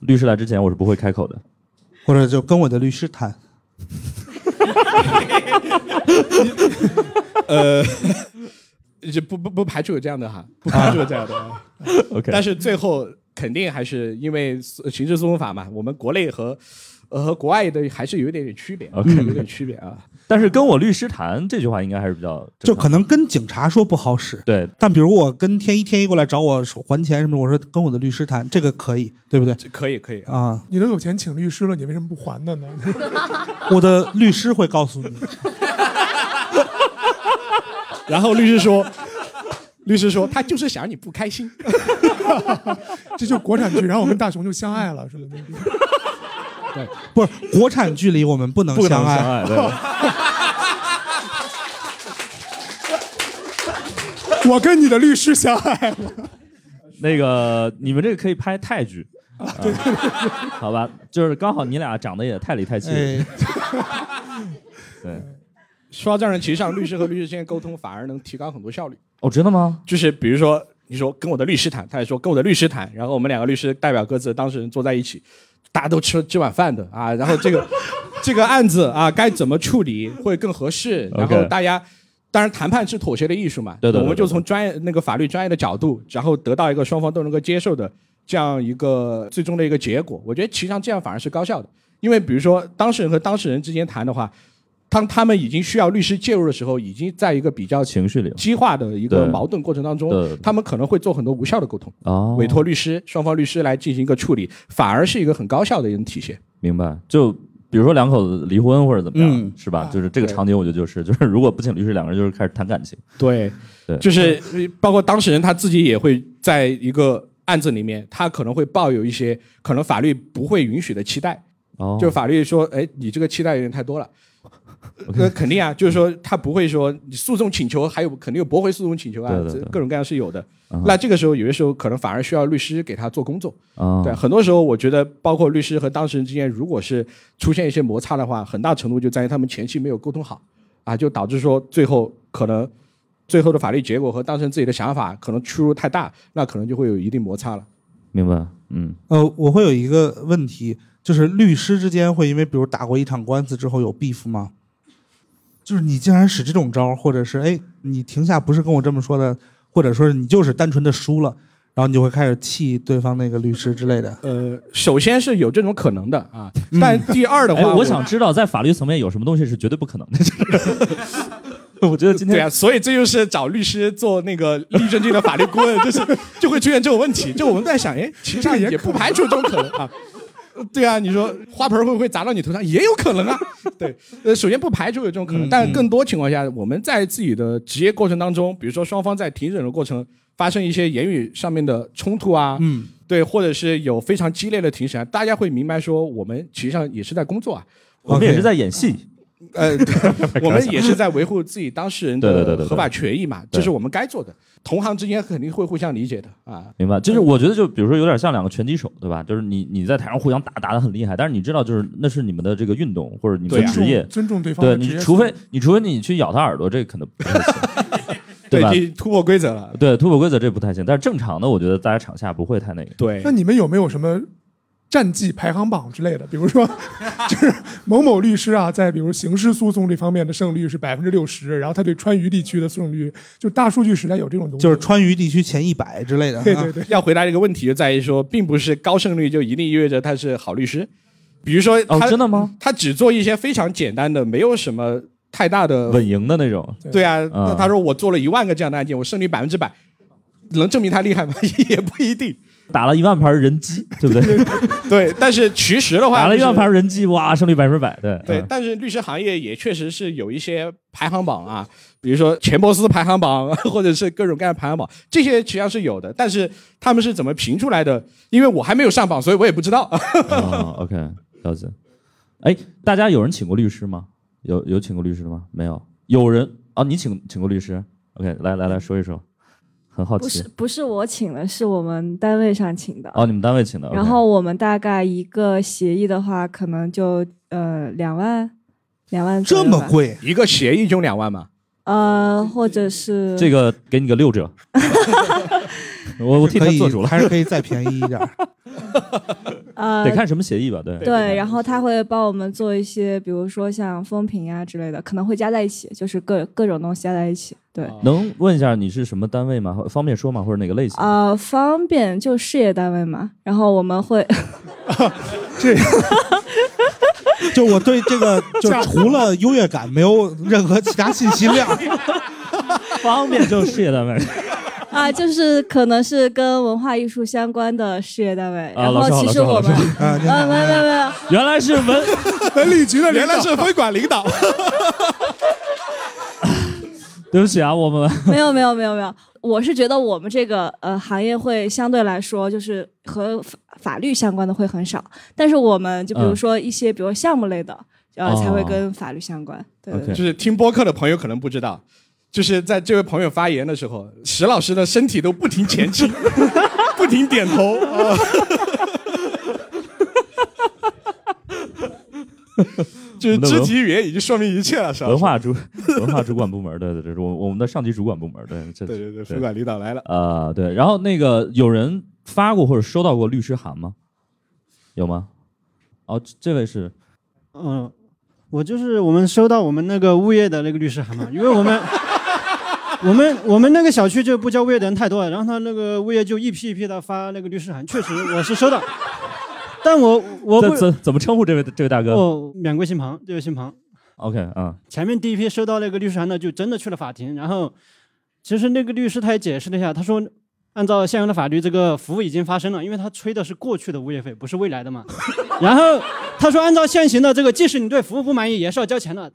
[SPEAKER 1] 律师来之前我是不会开口的。
[SPEAKER 2] 或者就跟我的律师谈，
[SPEAKER 3] 就不不不排除有这样的哈，不排除有这样的。
[SPEAKER 1] OK，
[SPEAKER 3] 但是最后肯定还是因为呃刑事诉讼法嘛，我们国内和呃和国外的还是有一点点区别
[SPEAKER 1] OK
[SPEAKER 3] 有点区别啊。
[SPEAKER 1] 但是跟我律师谈这句话应该还是比较
[SPEAKER 2] 就
[SPEAKER 1] 正
[SPEAKER 2] 可
[SPEAKER 1] 常
[SPEAKER 2] 能跟警察说不好使，
[SPEAKER 1] 对
[SPEAKER 2] 但比如我跟天一天一过来找我还钱什么的，我说跟我的律师谈，这个可以，对不对？
[SPEAKER 3] 这可以可以啊，
[SPEAKER 2] 啊，
[SPEAKER 4] 你都有钱请律师了，你为什么不还的呢？
[SPEAKER 2] 我的律师会告诉你，
[SPEAKER 3] 然后律师说， 律师说他就是想让你不开心。
[SPEAKER 4] 这就国产剧，然后我跟大熊就相爱了，是 吧？
[SPEAKER 2] 不是国产剧里我们不能
[SPEAKER 1] 不
[SPEAKER 2] 相
[SPEAKER 1] 能
[SPEAKER 2] 爱，
[SPEAKER 1] 相爱，哎对，
[SPEAKER 4] 我跟你的 律师相爱了，
[SPEAKER 1] 那个你们这个可以拍泰剧，啊、好吧？就是刚好你俩长得也太里太气了，
[SPEAKER 2] 哎，
[SPEAKER 1] 对。
[SPEAKER 3] 说到这儿呢，其实上律师和律师之间沟通反而能提高很多效率。
[SPEAKER 1] 哦，真的吗？
[SPEAKER 3] 就是比如说，你说跟我的律师谈，他也说跟我的律师谈，然后我们两个律师代表各自的当事人坐在一起，大家都吃吃晚饭的啊， 然后这个这个案子啊该怎么处理会更合适，然后
[SPEAKER 1] OK
[SPEAKER 3] 大家。当然，谈判是妥协的艺术嘛。
[SPEAKER 1] 对对对
[SPEAKER 3] 我们
[SPEAKER 1] 对
[SPEAKER 3] 就从专业那个法律专业的角度，然后得到一个双方都能够接受的这样一个最终的一个结果。我觉得其实上这样反而是高效的，因为比如说当事人和当事人之间谈的话，当他们已经需要律师介入的时候，已经在一个比较
[SPEAKER 1] 情绪里
[SPEAKER 3] 激化的一个
[SPEAKER 1] 对
[SPEAKER 3] 矛盾过程当
[SPEAKER 1] 对
[SPEAKER 3] 中，他们可能会做很多无效的沟通，
[SPEAKER 1] 哦，
[SPEAKER 3] 哦委托律师、双方律师来进行一个处理，反而是一个很高效的一种体现。
[SPEAKER 1] 明白？就比如说两口子离婚或者怎么样，
[SPEAKER 3] 嗯
[SPEAKER 1] 是吧？就是这个场景，我觉得就是就是如果不请律师，两个人就是开始谈感情。
[SPEAKER 3] 对，
[SPEAKER 1] 对
[SPEAKER 3] 就是呃包括当事人他自己也会在一个案子里面，他可能会抱有一些可能法律不会允许的期待，
[SPEAKER 1] 哦，
[SPEAKER 3] 就法律说，哎，你这个期待有点太多了。那肯定啊，就是说他不会说你诉讼请求，还有肯定有驳回诉讼请求啊，
[SPEAKER 1] 对对对
[SPEAKER 3] 这各种各样是有的
[SPEAKER 1] 嗯。
[SPEAKER 3] 那这个时候有的时候可能反而需要律师给他做工作。
[SPEAKER 1] 啊，
[SPEAKER 3] 对，很多时候我觉得，包括律师和当事人之间，如果是出现一些摩擦的话，很大程度就在于他们前期没有沟通好，啊，就导致说最后可能最后的法律结果和当事人自己的想法可能出入太大，那可能就会有一定摩擦了。
[SPEAKER 1] 明白。嗯，
[SPEAKER 2] 呃，我会有一个问题，就是律师之间会因为比如打过一场官司之后有 beef 吗？就是你竟然使这种招儿，或者是哎，你停下不是跟我这么说的，或者说是你就是单纯的输了，然后你就会开始气对方那个律师之类的。
[SPEAKER 3] 呃，首先是有这种可能的啊，但第二的话，
[SPEAKER 1] 哎，我想知道在法律层面有什么东西是绝对不可能的。 我觉得今
[SPEAKER 3] 对
[SPEAKER 1] 天
[SPEAKER 3] 啊，所以这就是找律师做那个立证据的法律顾 问，就是就会出现这种问题。就我们都在想，哎，其实也不排除这种可能啊。 对啊，你说花盆会不会砸到你头上，也有可能啊。 对，呃，首先不排除有这种可能，但更多情况下，我们在自己的职业过程当中，比如说双方在庭审的过程发生一些言语上面的冲突啊，
[SPEAKER 2] 嗯，
[SPEAKER 3] 对，或者是有非常激烈的庭审啊，大家会明白说，我们其实上也是在工作啊，
[SPEAKER 1] 我们也是在演戏。
[SPEAKER 3] 呃， 对我们也是在维护自己当事人
[SPEAKER 1] 对对对
[SPEAKER 3] 的
[SPEAKER 1] 对对
[SPEAKER 3] 合法权益嘛，
[SPEAKER 1] 对
[SPEAKER 3] 这是我们该做的。同行之间肯定会互相理解的啊。
[SPEAKER 1] 明白，就是我觉得就比如说有点像两个拳击手，对吧？就是你你在台上互相打打得很厉害，但是你知道就是那是你们的这个运动或者你们
[SPEAKER 3] 对
[SPEAKER 1] 的
[SPEAKER 3] 啊
[SPEAKER 1] 职业，
[SPEAKER 4] 尊重对方
[SPEAKER 1] 对
[SPEAKER 4] 的职业
[SPEAKER 1] 你
[SPEAKER 4] 素质，
[SPEAKER 1] 除非你除非你去咬他耳朵，这可能不 太行，对吧？
[SPEAKER 3] 你突破规则了。
[SPEAKER 1] 对突破规则这不太行，但是正常的我觉得大家场下不会太那个。
[SPEAKER 3] 对
[SPEAKER 4] 那，你们有没有什么战绩排行榜之类的？比如说， 就是某某律师啊，在比如刑事诉讼这方面的胜率是百分之六十，然后他对川渝地区的胜率，就大数据时代有这种东西，
[SPEAKER 2] 就是川渝地区前一百之类的。
[SPEAKER 4] 对
[SPEAKER 2] 啊
[SPEAKER 4] 对对，
[SPEAKER 3] 要回答这个问题就在于说，并不是高胜率就一定意味着他是好律师。比如说
[SPEAKER 1] 哦
[SPEAKER 3] 他，，
[SPEAKER 1] 真的吗？
[SPEAKER 3] 他只做一些非常简单的，没有什么太大的
[SPEAKER 1] 稳赢的那种，
[SPEAKER 3] 对啊，
[SPEAKER 1] 嗯
[SPEAKER 3] 那他说我做了一万个这样的案件，我胜率百分之百，能证明他厉害吗？ 也不一定。
[SPEAKER 1] 打了一万盘人机，对不对？
[SPEAKER 3] 对，但是其实的话，
[SPEAKER 1] 打了一
[SPEAKER 3] 就是
[SPEAKER 1] 万盘人机，哇，胜率百分之百，对
[SPEAKER 3] 对，
[SPEAKER 1] 嗯
[SPEAKER 3] 但是律师行业也确实是有一些排行榜啊，比如说钱伯斯排行榜， 或者是各种各样的排行榜，这些实际上是有的，但是他们是怎么评出来的？因为我还没有上榜，所以我也不知道。
[SPEAKER 1] 啊，OK，了解。哎，大家有人请过律师吗？有有请过律师的吗？没有。有人啊，你请请过律师？OK，来来来说一说，很好
[SPEAKER 7] 不
[SPEAKER 1] 奇
[SPEAKER 7] 是。不是我请的，是我们单位上请的。
[SPEAKER 1] 哦，你们单位请的。
[SPEAKER 7] 然后我们大概一个协议的话，可能就呃两万，两万左
[SPEAKER 2] 这
[SPEAKER 7] 右
[SPEAKER 2] 么
[SPEAKER 7] 吧？
[SPEAKER 2] 贵，
[SPEAKER 3] 一个协议就两万嘛，
[SPEAKER 7] 呃，或者是
[SPEAKER 1] 这个给你个六 折，我我替他
[SPEAKER 2] 可以
[SPEAKER 1] 做主了。
[SPEAKER 2] 还是可以再便宜一点儿。
[SPEAKER 7] 呃
[SPEAKER 1] 得看什么协议吧，对
[SPEAKER 7] 对，然后他会帮我们做一些，比如说像风评啊之类的，可能会加在一起，就是各各种东西加在一起。对，
[SPEAKER 1] 能问一下你是什么单位吗？方便说吗？或者哪个类型？
[SPEAKER 7] 呃，方便就事业单位嘛，然后我们会
[SPEAKER 2] 就我对这 个，就除了优越感，没有任何其他信息量。
[SPEAKER 1] 方便就是事业单 位。
[SPEAKER 7] 啊、就是可能是跟文化艺术相关的事业单位。
[SPEAKER 1] 啊
[SPEAKER 7] 然
[SPEAKER 1] 老
[SPEAKER 7] 后
[SPEAKER 1] 师好老
[SPEAKER 7] 其实
[SPEAKER 1] 师好
[SPEAKER 7] 我
[SPEAKER 1] 老师
[SPEAKER 7] 们，
[SPEAKER 2] 啊，您
[SPEAKER 7] 呃，
[SPEAKER 2] 看
[SPEAKER 7] 没有没有没有，
[SPEAKER 1] 原来是文，
[SPEAKER 4] 文理局的
[SPEAKER 3] 原
[SPEAKER 4] 领
[SPEAKER 3] 来
[SPEAKER 4] 导
[SPEAKER 3] 是分管领导。
[SPEAKER 1] 对不起啊，我们
[SPEAKER 7] 没有没有没有没有，我是觉得我们这个呃行业会相对来说就是和法法律相关的会很少，但是我们就比如
[SPEAKER 1] 嗯
[SPEAKER 7] 说一些、比如项目类的，呃、才会
[SPEAKER 1] 哦
[SPEAKER 7] 跟法律相关。对对
[SPEAKER 1] OK
[SPEAKER 7] 对
[SPEAKER 3] 就是听播客的朋友可能不知道，就是在这位朋友发言的时候，石老师的身体都不停前倾， 不停点头。 啊就是肢体语言已经说明一切了，是
[SPEAKER 2] 啊
[SPEAKER 3] 吧？
[SPEAKER 1] 文化主文化主管部门，对对对，我我们的上级主管部门，对这
[SPEAKER 3] 对对对，分管领导来了。
[SPEAKER 1] 啊，对，然后那个有人发过或者收到过律师函吗？有吗？哦，这这位是
[SPEAKER 8] 嗯，我就是我们收到我们那个物业的那个律师函嘛，因为我们我们我们那个小区就不交物业的人太多了，然后他那个物业就一批一批的发那个律师函，确实我是收到，但我我
[SPEAKER 1] 怎
[SPEAKER 8] 不
[SPEAKER 1] 怎怎么称呼这位这位大哥？
[SPEAKER 8] 哦，免贵姓庞，这位姓庞，
[SPEAKER 1] OK 啊，
[SPEAKER 8] 前面第一批收到那个律师函的就真的去了法庭，然后其实那个律师他也解释了一下，他说按照现有的法律，这个服务已经发生了，因为他催的是过去的物业费，不是未来的嘛。 然后他说按照现行的这个，即使你对服务不满意，也是要交钱的。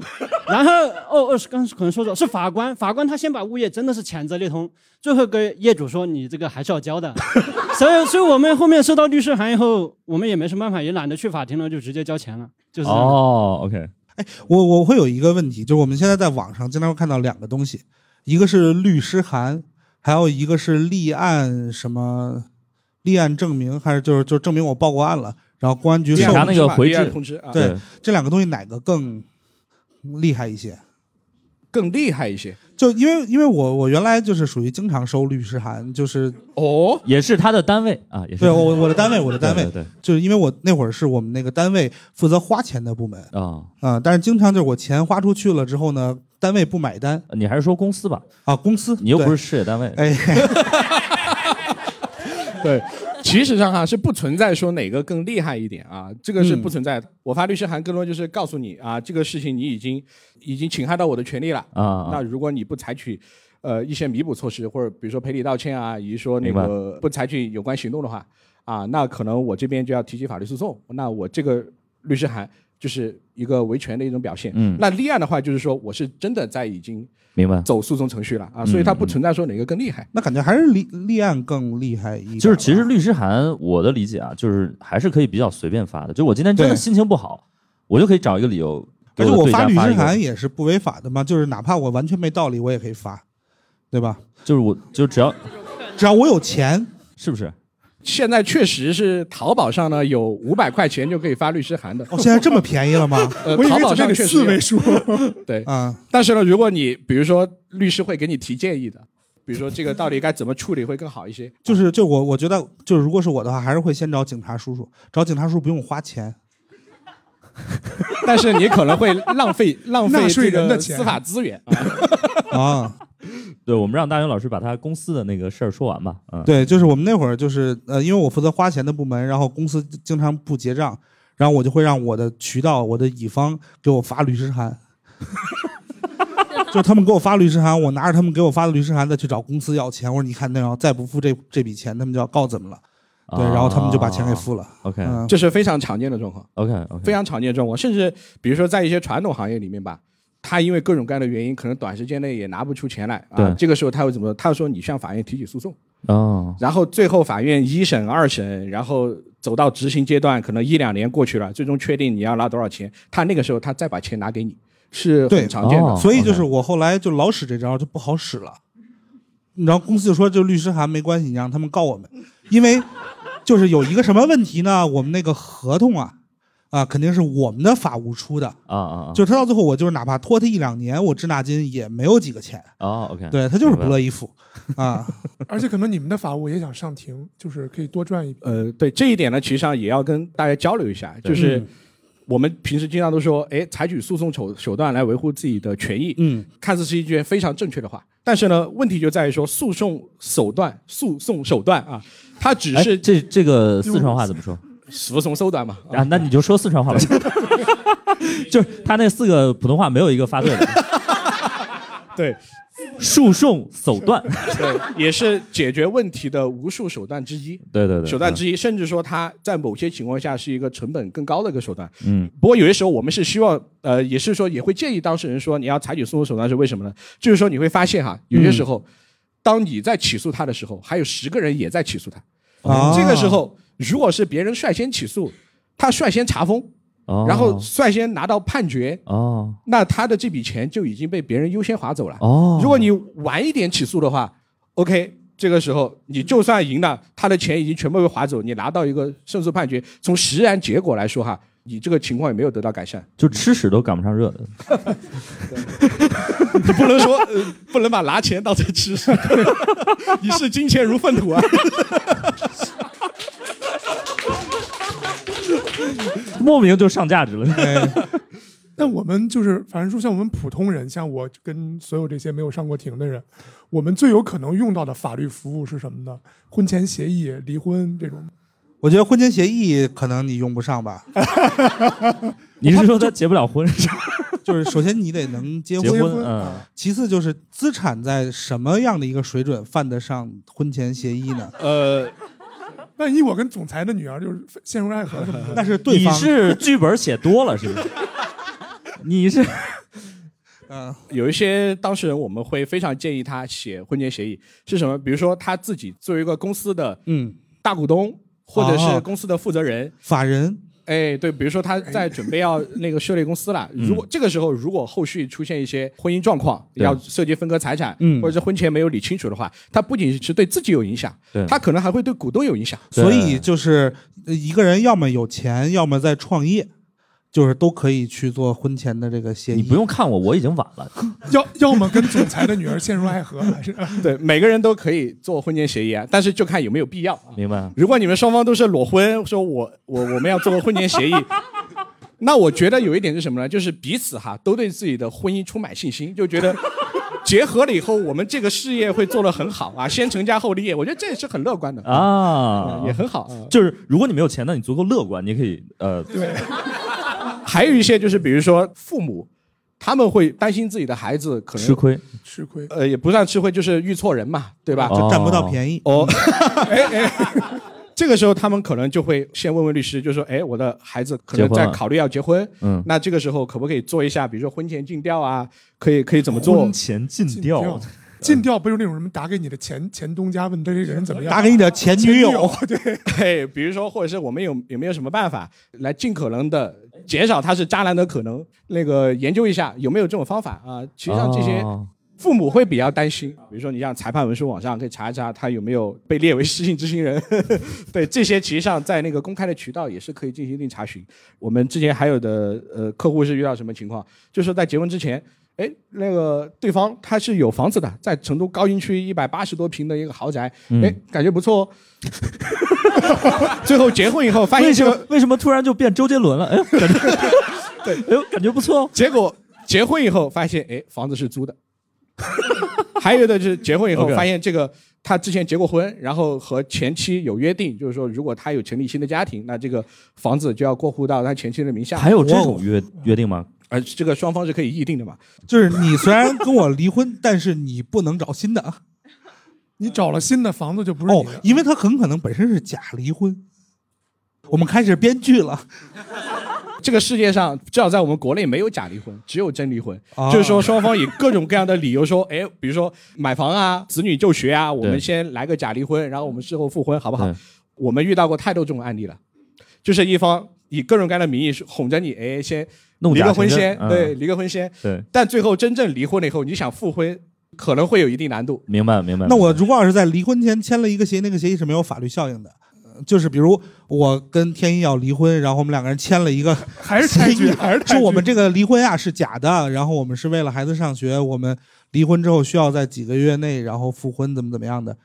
[SPEAKER 8] 然后哦哦，是刚可能说错，是法官，法官他先把物业真的是谴责了一通，最后跟业主说你这个还是要交的。 所以，所以我们后面收到律师函以后，我们也没什么办法，也懒得去法庭了，就直接交钱了，就是这样
[SPEAKER 1] 哦，OK，
[SPEAKER 2] 我我会有一个问题，就是我们现在在网上经常会看到两个东西，一个是律师函，还有一个是立案什么立案证明，还是就是就证明我报过案了，然后公安局
[SPEAKER 3] 立案
[SPEAKER 2] 受
[SPEAKER 3] 通知嘛立案通知啊
[SPEAKER 2] 对
[SPEAKER 3] 对，
[SPEAKER 2] 这两个东西哪个更厉害一些？
[SPEAKER 3] 更厉害一些，
[SPEAKER 2] 就因为因为我我原来就是属于经常收律师函，就是
[SPEAKER 3] 哦，
[SPEAKER 1] 也是他的单位啊，也是
[SPEAKER 2] 对我我的单位我的单位
[SPEAKER 1] 对对
[SPEAKER 2] 就是因为我那会儿是我们那个单位负责花钱的部门
[SPEAKER 1] 对啊，
[SPEAKER 2] 啊、但是经常就是我钱花出去了之后呢，单位不买单，
[SPEAKER 1] 你还是说公司吧
[SPEAKER 2] 啊，公司
[SPEAKER 1] 你又
[SPEAKER 2] 对
[SPEAKER 1] 不是事业单位，
[SPEAKER 2] 哎，
[SPEAKER 3] 对，其实上哈啊是不存在说哪个更厉害一点啊，这个是不存在的。我发律师函更多就是告诉你啊，这个事情你已经已经侵害到我的权利了
[SPEAKER 1] 啊啊
[SPEAKER 3] 那如果你不采取呃一些弥补措施，或者比如说赔礼道歉啊，以及说那
[SPEAKER 1] 明白
[SPEAKER 3] 个不采取有关行动的话啊，那可能我这边就要提起法律诉讼。那我这个律师函就是一个维权的一种表现。
[SPEAKER 1] 嗯
[SPEAKER 3] 那立案的话就是说我是真的在已经
[SPEAKER 1] 明白。
[SPEAKER 3] 走诉讼程序了啊，所以它
[SPEAKER 1] 嗯
[SPEAKER 3] 不存在说哪个更厉害。
[SPEAKER 2] 那感觉还是立立案更厉害一点。
[SPEAKER 1] 就是其实律师函，我的理解啊，就是还是可以比较随便发的。就我今天真的
[SPEAKER 2] 对
[SPEAKER 1] 心情不好，我就可以找一个理由给
[SPEAKER 2] 而且
[SPEAKER 1] 我
[SPEAKER 2] 我
[SPEAKER 1] 的对
[SPEAKER 2] 发
[SPEAKER 1] 家
[SPEAKER 2] 律师
[SPEAKER 1] 一个
[SPEAKER 2] 函也是不违法的嘛，就是哪怕我完全没道理，我也可以发，对吧？
[SPEAKER 1] 就是我就只要
[SPEAKER 2] 只要我有钱，
[SPEAKER 1] 是不是？
[SPEAKER 3] 现在确实是淘宝上呢有五百块钱就可以发律师函的。
[SPEAKER 2] 哦，现在这么便宜 了吗？
[SPEAKER 3] 呃，
[SPEAKER 4] 我以
[SPEAKER 3] 淘
[SPEAKER 4] 为
[SPEAKER 3] 宝
[SPEAKER 4] 只
[SPEAKER 3] 上
[SPEAKER 4] 得
[SPEAKER 3] 确实有
[SPEAKER 4] 四位数，
[SPEAKER 3] 对，
[SPEAKER 2] 啊，
[SPEAKER 3] 但是呢，如果你比如说律师会给你提建议的，比如说这个到底该怎么处理会更好一些。
[SPEAKER 2] 就是就我我觉得，就是如果是我的话，还是会先找警察叔叔，找警察叔叔不用花钱。
[SPEAKER 3] 但是你可能会浪 费浪费
[SPEAKER 4] 纳税
[SPEAKER 3] 这
[SPEAKER 4] 人
[SPEAKER 3] 个
[SPEAKER 4] 的钱
[SPEAKER 3] 司法资源啊。
[SPEAKER 2] 啊，
[SPEAKER 1] 对，我们让大勇老师把他公司的那个事儿说完吧。嗯，
[SPEAKER 2] 对，就是我们那会儿就是呃，因为我负责花钱的部门，然后公司经常不结账，然后我就会让我的渠道、我的乙方给我发律师函， 就是他们给我发律师函，我拿着他们给我发的律师函再去找公司要钱，我说你看那样，再不付这这笔钱，他们就要告咱们了。对，然后他们就把钱给付了。
[SPEAKER 1] 啊 OK
[SPEAKER 2] 嗯，
[SPEAKER 3] 这是非常常见的状况，
[SPEAKER 4] 嗯
[SPEAKER 1] OK
[SPEAKER 3] 非
[SPEAKER 1] OK，
[SPEAKER 3] 常常见的状况。甚至比如说在一些传统行业里面吧，他因为各种各样的原因，可能短时间内也拿不出钱来啊
[SPEAKER 1] 对。
[SPEAKER 3] 这个时候他会怎么？他说你向法院提起诉讼。
[SPEAKER 1] 哦，
[SPEAKER 3] 然后最后法院一审、二审，然后走到执行阶段，可能一两年过去了，最终确定你要拿多少钱，他那个时候他再把钱拿给你，是
[SPEAKER 2] 对
[SPEAKER 3] 很常见的。
[SPEAKER 1] 哦
[SPEAKER 2] 所以就是我后来就老使这招就不好使了，你知道公司就说就律师函没关系，你让他们告我们，因为 就是有一个什么问题呢？我们那个合同啊啊肯定是我们的法务出的，
[SPEAKER 1] 啊啊啊，
[SPEAKER 2] 就是他到最后我就是哪怕拖他一两年，我滞纳金也没有几个 钱，
[SPEAKER 1] 哦 OK，
[SPEAKER 2] 对他就是
[SPEAKER 1] 明白
[SPEAKER 2] 不乐意付啊。
[SPEAKER 4] 而且可能你们的法务也想上庭，就是可以多赚一笔。
[SPEAKER 3] 呃，对这一点呢，其实上也要跟大家交流一下，
[SPEAKER 1] 对
[SPEAKER 3] 就是我们平时经常都说，哎，采取诉讼手手段来维护自己的权益，
[SPEAKER 2] 嗯，
[SPEAKER 3] 看似是一句非常正确的话，但是呢，问题就在于说诉讼手段、诉讼手段啊，它只
[SPEAKER 1] 哎，
[SPEAKER 3] 是
[SPEAKER 1] 这这个四川话怎么说
[SPEAKER 3] 服从手段嘛。啊
[SPEAKER 1] 啊？那你就说四川话吧， 就是他那四个普通话没有一个发对的，
[SPEAKER 3] 对，
[SPEAKER 1] 诉讼手段，
[SPEAKER 3] 对，也是解决问题的无数手段之一。
[SPEAKER 1] 对对对，嗯
[SPEAKER 3] 手段之一，甚至说它在某些情况下是一个成本更高的一个手段。
[SPEAKER 1] 嗯，
[SPEAKER 3] 不过有些时候我们是希望，呃，也是说也会建议当事人说你要采取诉讼手段是为什么呢？就是说你会发现哈，有些时候，
[SPEAKER 1] 嗯
[SPEAKER 3] 当你在起诉他的时候，还有十个人也在起诉他。
[SPEAKER 2] 啊
[SPEAKER 3] 这个时候，如果是别人率先起诉，他率先查封，
[SPEAKER 1] 哦，
[SPEAKER 3] 然后率先拿到判决，
[SPEAKER 1] 哦
[SPEAKER 3] 那他的这笔钱就已经被别人优先划走了。
[SPEAKER 1] 哦，
[SPEAKER 3] 如果你晚一点起诉的话，OK，这个时候你就算赢了，他的钱已经全部被划走，你拿到一个胜诉判决，从实然结果来说哈，你这个情况也没有得到改善，
[SPEAKER 1] 就吃屎都赶不上热的，
[SPEAKER 3] 你 不能说、呃、不能把拿钱当成吃， 你视金钱如粪土啊。
[SPEAKER 1] 莫名就上价值了。
[SPEAKER 4] 但我们就是，反正说像我们普通人，像我跟所有这些没有上过庭的人，我们最有可能用到的法律服务是什么呢？婚前协议、离婚这种。
[SPEAKER 2] 我觉得婚前协议可能你用不上吧，
[SPEAKER 1] 你是说他结不了婚是吧？
[SPEAKER 2] 就是首先你得能结
[SPEAKER 1] 结
[SPEAKER 2] 婚，
[SPEAKER 1] 婚嗯
[SPEAKER 2] 其次就是资产在什么样的一个水准犯得上婚前协议呢？
[SPEAKER 3] 呃，
[SPEAKER 4] 万一我跟总裁的女儿就是陷入爱河什么
[SPEAKER 1] 嗯
[SPEAKER 4] 的，
[SPEAKER 2] 那是对方
[SPEAKER 1] 你是剧本写多了是不是？你是
[SPEAKER 2] 嗯，
[SPEAKER 3] 有一些当事人，我们会非常建议他写婚前协议是什么？比如说他自己作为一个公司的
[SPEAKER 2] 嗯
[SPEAKER 3] 大股东，或者是
[SPEAKER 2] 哦
[SPEAKER 3] 公司的负责人，
[SPEAKER 2] 法人
[SPEAKER 3] 哎，嗯对，比如说他在准备要那个设立公司了，如果这个时候如果后续出现一些婚姻状况，
[SPEAKER 1] 对
[SPEAKER 3] 要涉及分割财产，
[SPEAKER 2] 嗯
[SPEAKER 3] 或者是婚前没有理清楚的话，他不仅是对自己有影响
[SPEAKER 1] 对，
[SPEAKER 3] 他可能还会对股东有影响。
[SPEAKER 1] 对
[SPEAKER 2] 所以就是呃一个人要么有钱，要么在创业，就是都可以去做婚前的这个协议。
[SPEAKER 1] 你不用看我，我已经晚了。
[SPEAKER 4] 要要么跟总裁的女儿陷入爱河， 还是
[SPEAKER 3] 对，每个人都可以做婚前协议啊，但是就看有没有必要啊。
[SPEAKER 1] 明白？
[SPEAKER 3] 如果你们双方都是裸婚，说我我我们要做个婚前协议， 那我觉得有一点是什么呢？就是彼此哈都对自己的婚姻充满信心，就觉得结合了以后，我们这个事业会做得很好啊，先成家后立业，我觉得这也是很乐观的，
[SPEAKER 1] 啊，
[SPEAKER 3] 也很好。啊
[SPEAKER 1] 就是如果你没有钱，那你足够乐观，你可以呃，
[SPEAKER 3] 还有一些就是，比如说父母，他们会担心自己的孩子可
[SPEAKER 1] 吃
[SPEAKER 3] 能
[SPEAKER 1] 亏
[SPEAKER 4] 吃亏？
[SPEAKER 3] 呃也不算吃亏，就是遇错人嘛，对吧？
[SPEAKER 1] 哦
[SPEAKER 2] 占不到便宜，
[SPEAKER 1] 嗯
[SPEAKER 3] 哦，这个时候他们可能就会先问问律师，就说：“哎，我的孩子可能
[SPEAKER 1] 结婚
[SPEAKER 3] 在
[SPEAKER 1] 了
[SPEAKER 3] 考虑要结婚，
[SPEAKER 1] 嗯
[SPEAKER 3] 那这个时候可不可以做一下，比如说婚前尽调啊？可以可以怎么做
[SPEAKER 1] 婚前尽调，
[SPEAKER 4] 尽调不是那种什么打给你的前前东家问这个人怎么样？
[SPEAKER 2] 打给你的前
[SPEAKER 4] 前
[SPEAKER 2] 女友，，
[SPEAKER 4] 对，？”
[SPEAKER 3] 对，哎比如说，或者是我们有有没有什么办法来尽可能的减少他是渣男的可能？那个研究一下有没有这种方法啊？其实上这些
[SPEAKER 1] 哦
[SPEAKER 3] 父母会比较担心，比如说你像裁判文书网上可以查一查他有没有被列为失信执行人， 对这些其实上在那个公开的渠道也是可以进行一定查询。我们之前还有的呃客户是遇到什么情况，就是在结婚之前，哎，那个对方他是有房子的，在成都高新区一百八十多平的一个豪宅，
[SPEAKER 1] 嗯
[SPEAKER 3] 哎，感觉不错哦。哦 最后结婚以后发现
[SPEAKER 1] 为什
[SPEAKER 3] 这
[SPEAKER 1] 么
[SPEAKER 3] 个
[SPEAKER 1] 为什么突然就变周杰伦了？哎呦，感觉对，哎呦，感觉不错哦。
[SPEAKER 3] 结果结婚以后发现，哎，房子是租的。 还有的就是结婚以后
[SPEAKER 1] OK
[SPEAKER 3] 发现，这个他之前结过婚，然后和前妻有约定，就是说如果他有成立新的家庭，那这个房子就要过户到他前妻的名下。
[SPEAKER 1] 还有这种约约定吗？
[SPEAKER 3] 而这个双方是可以议定的嘛？
[SPEAKER 2] 就是你虽然跟我离婚，但是你不能找新的啊。
[SPEAKER 4] 你找了新的房子就不是
[SPEAKER 2] 哦
[SPEAKER 4] 你的，，
[SPEAKER 2] 因为他很可能本身是假离婚。我们开始编剧了，
[SPEAKER 3] 这个世界上至少在我们国内没有假离婚，只有真离婚。
[SPEAKER 2] 哦
[SPEAKER 3] 就是说双方以各种各样的理由说，哎，比如说买房啊、子女就学啊，我们先来个假离婚，然后我们事后复婚，好不好
[SPEAKER 1] 对？
[SPEAKER 3] 我们遇到过太多这种案例了，就是一方以各种各样的名义哄着你，哎，先
[SPEAKER 1] 弄
[SPEAKER 3] 离
[SPEAKER 1] 假
[SPEAKER 3] 个婚
[SPEAKER 1] 成真
[SPEAKER 3] 先，
[SPEAKER 1] 嗯
[SPEAKER 3] 对，离个婚先，
[SPEAKER 1] 对，
[SPEAKER 3] 但最后真正离婚了以后，你想复婚，可能会有一定难度。
[SPEAKER 1] 明白明白。
[SPEAKER 2] 那我如果要是在离婚前签了一个协议，那个协议是没有法律效应的。呃就是比如我跟天一要离婚，然后我们两个人签了一个
[SPEAKER 4] 还是拆
[SPEAKER 2] 协议
[SPEAKER 4] 剧，还是拆
[SPEAKER 2] 说
[SPEAKER 4] 剧
[SPEAKER 2] 我们这个离婚啊是假的，然后我们是为了孩子上学，我们离婚之后需要在几个月内然后复婚，怎么怎么样的，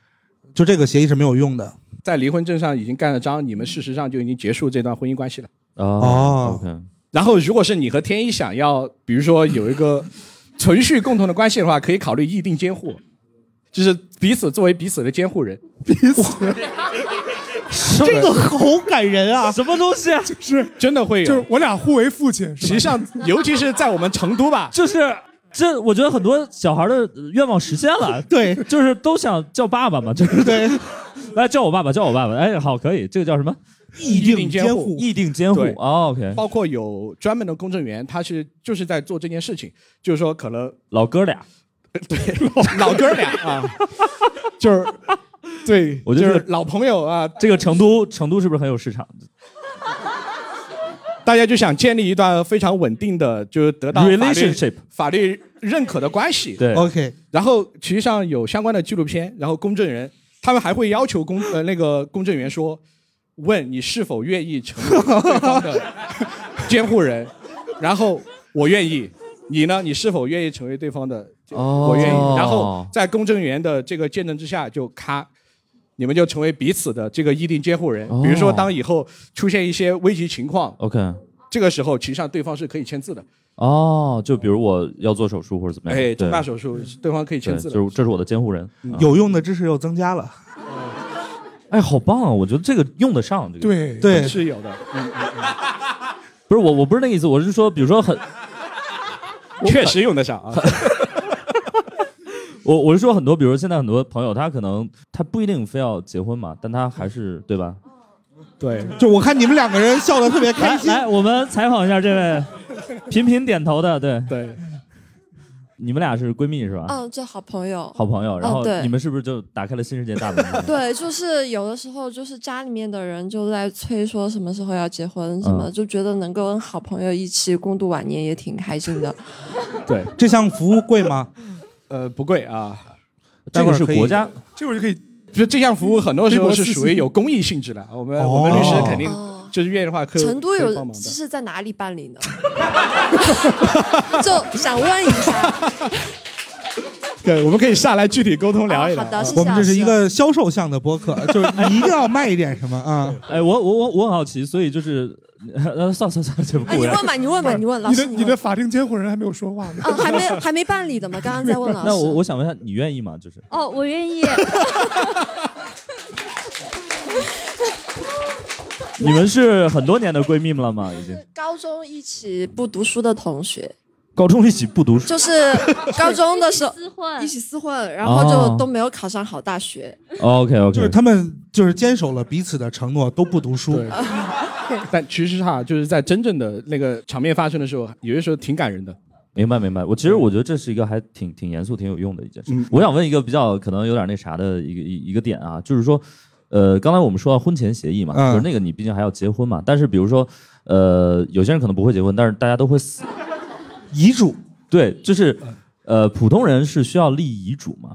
[SPEAKER 2] 就这个协议是没有用的。
[SPEAKER 3] 在离婚证上已经盖了章，你们事实上就已经结束这段婚姻关系了。
[SPEAKER 1] 哦
[SPEAKER 2] 哦
[SPEAKER 1] ，OK，
[SPEAKER 3] 然后，如果是你和天一想要，比如说有一个存续共同的关系的话，可以考虑议定监护，就是彼此作为彼此的监护人。
[SPEAKER 2] 这个好感人啊！
[SPEAKER 1] 什么东西啊？
[SPEAKER 4] 是
[SPEAKER 3] 真的会有，
[SPEAKER 4] 就是我俩互为父亲，
[SPEAKER 3] 其
[SPEAKER 4] 是
[SPEAKER 3] 实
[SPEAKER 4] 吧？
[SPEAKER 3] 上，尤其是在我们成都吧，
[SPEAKER 1] 就是这，我觉得很多小孩的愿望实现 了，
[SPEAKER 2] 对
[SPEAKER 1] 就是都想叫爸爸嘛，就是
[SPEAKER 2] 对，
[SPEAKER 1] 来叫我爸爸，叫我爸爸。哎，好，可以，这个叫什么？
[SPEAKER 2] 议
[SPEAKER 3] 定
[SPEAKER 2] 定
[SPEAKER 3] 监
[SPEAKER 2] 监
[SPEAKER 3] 护
[SPEAKER 2] 护
[SPEAKER 1] 议定监护。
[SPEAKER 3] 对
[SPEAKER 1] 哦，OK，
[SPEAKER 3] 包括有专门的公证员，他是就是在做这件事情，就是说可能
[SPEAKER 1] 老哥俩，
[SPEAKER 3] 老哥俩啊，就是对，
[SPEAKER 1] 我
[SPEAKER 3] 就
[SPEAKER 1] 觉得
[SPEAKER 3] 是老朋友啊，
[SPEAKER 1] 这个成都，成都是不是很有市场
[SPEAKER 3] 大家就想建立一段非常稳定的，就是得到法律
[SPEAKER 1] ？relationship，
[SPEAKER 3] 法律认可的关系。
[SPEAKER 1] 对，
[SPEAKER 2] OK，
[SPEAKER 3] 然后实际上有相关的纪录片，然后公证人他们还会要求公呃那个公证员说，问你是否愿意成为对方的监护人，然后我愿意，你呢？你是否愿意成为对方的？
[SPEAKER 1] 哦
[SPEAKER 3] 我愿意。然后在公证员的这个见证之下，就咔。你们就成为彼此的这个议定监护人。
[SPEAKER 1] 哦
[SPEAKER 3] 比如说，当以后出现一些危急情况，
[SPEAKER 1] OK，
[SPEAKER 3] 这个时候其实上对方是可以签字的。
[SPEAKER 1] 哦，就比如我要做手术或者怎么样，
[SPEAKER 3] 哎，
[SPEAKER 1] 对
[SPEAKER 3] 重大手术，对方可以签
[SPEAKER 1] 对，
[SPEAKER 3] 字的。嗯
[SPEAKER 1] 就是这是我的监护人。啊
[SPEAKER 2] 有用的知识又增加了。
[SPEAKER 1] 哎，好棒啊！我觉得这个用得上，这个
[SPEAKER 4] 对，
[SPEAKER 2] 对，
[SPEAKER 3] 是有的，
[SPEAKER 1] 不是我，我不是那个意思，我是说，比如说很，
[SPEAKER 3] 确实用得上啊。
[SPEAKER 1] 我我是说很多，比如现在很多朋友，他可能他不一定非要结婚嘛，但他还是对吧？
[SPEAKER 3] 对，
[SPEAKER 2] 就我看你们两个人笑得特别开心
[SPEAKER 1] 来，来我们采访一下这位频频点头的，对
[SPEAKER 3] 对。
[SPEAKER 1] 你们俩是闺蜜是吧？
[SPEAKER 9] 嗯，就好朋友。
[SPEAKER 1] 好朋友，然后
[SPEAKER 9] 嗯对
[SPEAKER 1] 你们是不是就打开了新世界大门？
[SPEAKER 9] 对，就是有的时候，就是家里面的人就在催说什么时候要结婚什么，
[SPEAKER 1] 嗯
[SPEAKER 9] 就觉得能够跟好朋友一起共度晚年也挺开心的。
[SPEAKER 3] 对，
[SPEAKER 2] 这项服务贵吗？
[SPEAKER 3] 呃，不贵啊，
[SPEAKER 1] 这个是国家，
[SPEAKER 4] 这会儿就可以，
[SPEAKER 3] 就这项服务很多时
[SPEAKER 4] 微
[SPEAKER 3] 候
[SPEAKER 4] 博
[SPEAKER 3] 是
[SPEAKER 4] 私信
[SPEAKER 3] 属于有公益性质的。我们、我们律师肯定就是愿意的话可以，
[SPEAKER 9] 哦成都
[SPEAKER 3] 可以
[SPEAKER 9] 有
[SPEAKER 3] 帮忙的
[SPEAKER 9] 这是在哪里办理呢？ 就想问一下，
[SPEAKER 3] 对，我们可以下来具体沟通聊一聊。
[SPEAKER 9] 哦
[SPEAKER 3] 啊
[SPEAKER 9] 好的，谢 谢
[SPEAKER 2] 我们
[SPEAKER 9] 老
[SPEAKER 2] 这是
[SPEAKER 9] 师
[SPEAKER 2] 一个销售向的 播客，就是你一定要卖一点什么啊！
[SPEAKER 1] 哎，我我我我很好奇，所以就是，呃，算算算，这不
[SPEAKER 9] 啊，你
[SPEAKER 1] 回来
[SPEAKER 9] 问吧，你问吧，你问老
[SPEAKER 4] 你
[SPEAKER 9] 师，嗯
[SPEAKER 4] 的
[SPEAKER 9] 你
[SPEAKER 4] 你的
[SPEAKER 9] 问。
[SPEAKER 4] 法定监护人还没有说话呢。
[SPEAKER 9] 哦，还没还没办理的吗？刚刚在问老师。
[SPEAKER 1] 那我我想问一下，你愿意吗？就是
[SPEAKER 7] 哦，我愿意。
[SPEAKER 1] 你们是很多年的闺蜜了吗？已经
[SPEAKER 9] 是高中一起不读书的同学，
[SPEAKER 1] 高中一起不读书，
[SPEAKER 9] 就是 高中的时候
[SPEAKER 7] 私混
[SPEAKER 9] 一起厮混，然后就
[SPEAKER 1] 哦
[SPEAKER 9] 都没有考上好大学。
[SPEAKER 1] OK
[SPEAKER 2] 就是
[SPEAKER 1] OK，
[SPEAKER 2] 他们就是坚守了彼此的承诺，都不读书
[SPEAKER 3] 对。但其实哈，就是在真正的那个场面发生的时候，有些时候挺感人的。
[SPEAKER 1] 明白明白。我其实我觉得这是一个还挺挺严肃、挺有用的一件事。
[SPEAKER 2] 嗯
[SPEAKER 1] 我想问一个比较可能有点那啥的一个一一个点啊，就是说，呃，刚才我们说到婚前协议嘛，
[SPEAKER 2] 嗯
[SPEAKER 1] 就是那个你毕竟还要结婚嘛，但是比如说，呃，有些人可能不会结婚，但是大家都会死，
[SPEAKER 2] 遗嘱
[SPEAKER 1] 对，就是呃，普通人是需要立遗嘱吗？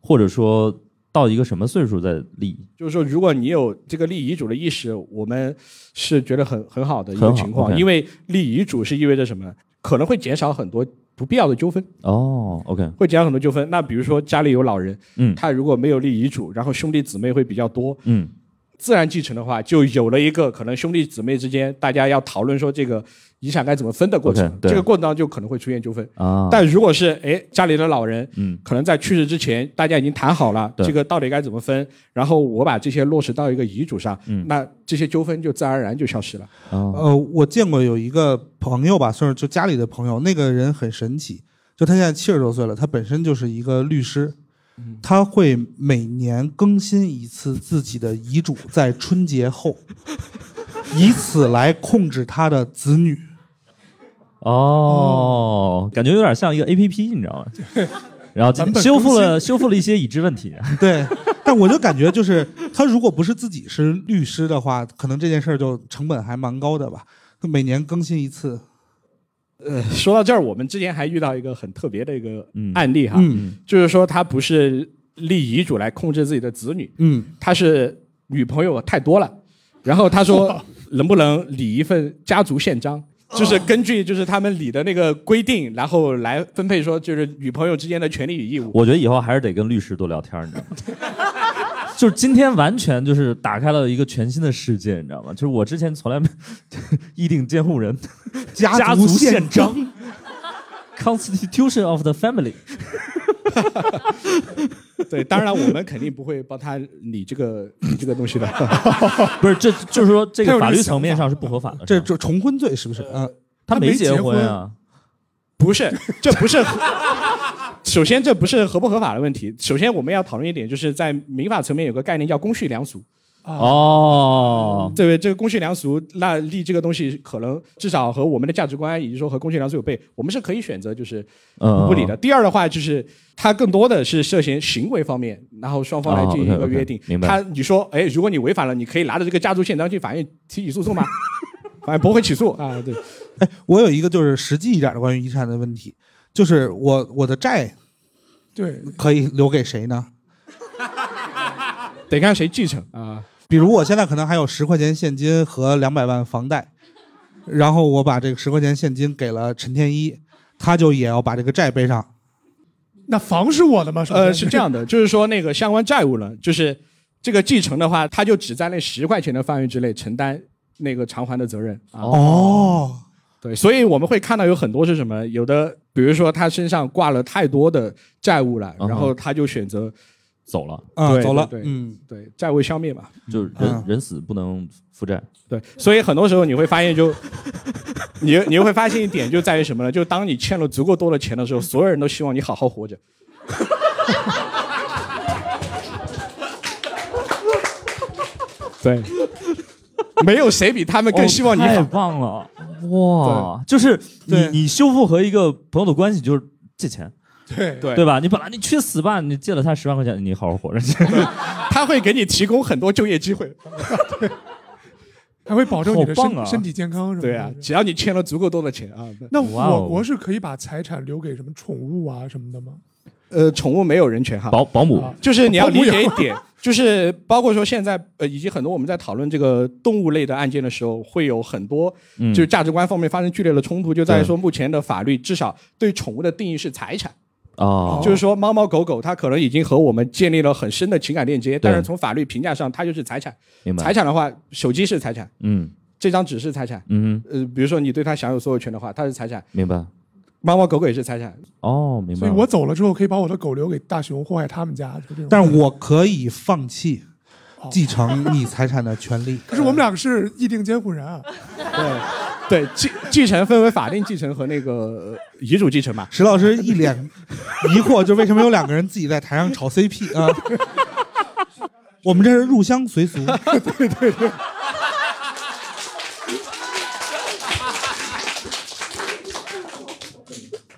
[SPEAKER 1] 或者说到一个什么岁数再立？
[SPEAKER 3] 就是说，如果你有这个立遗嘱的意识，我们是觉得很很好的一个
[SPEAKER 1] 很好
[SPEAKER 3] 情况，
[SPEAKER 1] ，OK
[SPEAKER 3] 因为立遗嘱是意味着什么？可能会减少很多不必要的纠纷，
[SPEAKER 1] 哦，OK，
[SPEAKER 3] 会减少很多纠纷。那比如说家里有老人，
[SPEAKER 1] 嗯
[SPEAKER 3] 他如果没有立遗嘱，然后兄弟姊妹会比较多，
[SPEAKER 1] 嗯，
[SPEAKER 3] 自然继承的话，就有了一个可能兄弟姊妹之间大家要讨论说这个遗产该怎么分的过程
[SPEAKER 1] OK，，对
[SPEAKER 3] 这个过程当中就可能会出现纠纷。
[SPEAKER 1] 啊，
[SPEAKER 3] 但如果是哎家里的老人，
[SPEAKER 1] 嗯
[SPEAKER 3] 可能在去世之前大家已经谈好了
[SPEAKER 1] 对
[SPEAKER 3] 这个到底该怎么分，然后我把这些落实到一个遗嘱上，
[SPEAKER 1] 嗯
[SPEAKER 3] 那这些纠纷就自然而然就消失了。
[SPEAKER 1] 哦
[SPEAKER 2] 呃，我见过有一个朋友吧，算是就家里的朋友，那个人很神奇，就他现在七十多岁了，他本身就是一个律师，他会每年更新一次自己的遗嘱，在春节后，以此来控制他的子女。
[SPEAKER 1] 哦，感觉有点像一个 A P P，你知道吗？然后今
[SPEAKER 4] 版本
[SPEAKER 1] 修复了修复了一些已知问题，
[SPEAKER 2] 对，但我就感觉就是他如果不是自己是律师的话，可能这件事儿就成本还蛮高的吧，每年更新一次。
[SPEAKER 3] 说到这儿，我们之前还遇到一个很特别的一个
[SPEAKER 1] 嗯
[SPEAKER 3] 案例哈，
[SPEAKER 2] 嗯
[SPEAKER 3] 就是说他不是立遗嘱来控制自己的子女，
[SPEAKER 2] 嗯，
[SPEAKER 3] 他是女朋友太多了，然后他 说能不能理一份家族宪章，就是根据就是他们理的那个规定，然后来分配说就是女朋友之间的权利与义务。
[SPEAKER 1] 我觉得以后还是得跟律师多聊天，你知道吗？就是今天完全就是打开了一个全新的世界，你知道吗？就是我之前从来没 议定监护人
[SPEAKER 2] 家
[SPEAKER 1] 族
[SPEAKER 2] 宪
[SPEAKER 1] 宪章 （Constitution of the Family）。
[SPEAKER 3] 对，当然了，我们肯定不会帮他理这个理这个东西的。
[SPEAKER 1] 不是，这就是说这
[SPEAKER 4] 他有这
[SPEAKER 1] 个
[SPEAKER 4] 个
[SPEAKER 1] 法律
[SPEAKER 4] 想
[SPEAKER 1] 层面
[SPEAKER 4] 法
[SPEAKER 1] 上是不合法的。
[SPEAKER 2] 这
[SPEAKER 1] 是吧
[SPEAKER 2] 这重婚罪是不是？啊、
[SPEAKER 1] 他
[SPEAKER 4] 他
[SPEAKER 1] 没
[SPEAKER 4] 没结
[SPEAKER 1] 婚
[SPEAKER 4] 婚
[SPEAKER 1] 啊，
[SPEAKER 3] 不是，这不是合。首先，这不是合不合法的问题。首先，我们要讨论一点，就是在民法层面有个概念叫公序良俗。
[SPEAKER 1] 哦，
[SPEAKER 3] 对这个公序良俗，那立这个东西可能至少和我们的价值观，以及说和公序良俗有悖，我们是可以选择就是
[SPEAKER 1] 嗯，
[SPEAKER 3] 不理的。第二的话就是，它更多的是涉嫌行为方面，然后双方来进行一
[SPEAKER 1] 哦
[SPEAKER 3] 个
[SPEAKER 1] ，OK，OK，
[SPEAKER 3] 约定。
[SPEAKER 1] 明白
[SPEAKER 3] 他你说，哎，如果你违反了，你可以拿着这个家族宪章去法院提起诉讼吗？ 法院不会起诉啊，对，
[SPEAKER 2] 我有一个就是实际一点的关于遗产的问题，就是我我的债
[SPEAKER 4] 对，
[SPEAKER 2] 可以留给谁呢？
[SPEAKER 3] 得看谁继承啊。
[SPEAKER 2] 比如我现在可能还有十块钱现金和两百万房贷，然后我把这个十块钱现金给了陈天一，他就也要把这个债背上。
[SPEAKER 4] 那房是我的吗？首先
[SPEAKER 3] 呃，是这， 样 的，就是说那个相关债务呢，就是这个继承的话，他就只在那十块钱的范围之内承担那个偿还的责任啊。
[SPEAKER 2] 哦，
[SPEAKER 3] 对，所以我们会看到有很多是什么，有的比如说他身上挂了太多的债务了，
[SPEAKER 1] 嗯哼
[SPEAKER 3] 然后他就选择
[SPEAKER 1] 嗯走了，
[SPEAKER 2] 啊、
[SPEAKER 3] 对
[SPEAKER 2] 走了，
[SPEAKER 3] 对对
[SPEAKER 2] 嗯，
[SPEAKER 3] 对债务消灭嘛。
[SPEAKER 1] 就是人、
[SPEAKER 2] 嗯
[SPEAKER 1] 人死不能负债。
[SPEAKER 3] 对，所以很多时候你会发现就，你你会发现一点就在于什么呢？就当你欠了足够多的钱的时候，所有人都希望你好好活着。对，没有谁比他们 更希望你
[SPEAKER 1] 哦太
[SPEAKER 3] 好。
[SPEAKER 1] 棒了，哇！就是你你修复和一个朋友的关系，就是借钱，
[SPEAKER 3] 对对
[SPEAKER 1] 对吧？你本来你去死吧，你借了他十万块钱，你好好活着去。
[SPEAKER 3] 他会给你提供很多就业机会，
[SPEAKER 4] 还会保证你的
[SPEAKER 3] 好
[SPEAKER 4] 身、
[SPEAKER 3] 棒啊
[SPEAKER 4] 身体健康什么的。
[SPEAKER 3] 对啊，只要你欠了足够多的钱啊。
[SPEAKER 4] 那
[SPEAKER 3] 哇哦
[SPEAKER 4] 我国是可以把财产留给什么宠物啊什么的吗？啊
[SPEAKER 3] 呃，宠物没有人权哈，
[SPEAKER 1] 保保姆
[SPEAKER 3] 就是你要理解一
[SPEAKER 4] 保姆
[SPEAKER 3] 点
[SPEAKER 4] 有，
[SPEAKER 3] 就是包括说现在呃，以及很多我们在讨论这个动物类的案件的时候，会有很多
[SPEAKER 1] 嗯
[SPEAKER 3] 就是价值观方面发生剧烈的冲突，就在于
[SPEAKER 1] 对
[SPEAKER 3] 说目前的法律至少对宠物的定义是财产。
[SPEAKER 1] 哦，
[SPEAKER 3] 就是说，猫猫狗狗它可能已经和我们建立了很深的情感链接，但是从法律评价上，它就是财产
[SPEAKER 1] 明。白
[SPEAKER 3] 财产的话，手机是财产，
[SPEAKER 1] 嗯
[SPEAKER 3] 这张纸是财产。
[SPEAKER 1] 嗯哼，
[SPEAKER 3] 呃，比如说你对它享有所有权的话，它是财产；
[SPEAKER 1] 明白。
[SPEAKER 3] 猫猫狗狗也是财产。
[SPEAKER 1] 哦，明白
[SPEAKER 4] 所以
[SPEAKER 1] 了。
[SPEAKER 4] 我走了之后，可以把我的狗留给大熊，祸害他们家，就这种。
[SPEAKER 2] 但是我可以放弃
[SPEAKER 3] 哦
[SPEAKER 2] 继承你财产的权利。
[SPEAKER 4] 可是我们两个是议定监护人 啊。
[SPEAKER 3] 对，继继承分为法定继承和那个呃遗嘱继承嘛。
[SPEAKER 2] 石老师一脸 疑惑，就为什么有两个人自己在台上炒 CP 啊？ 我们这是入乡随俗，对对对。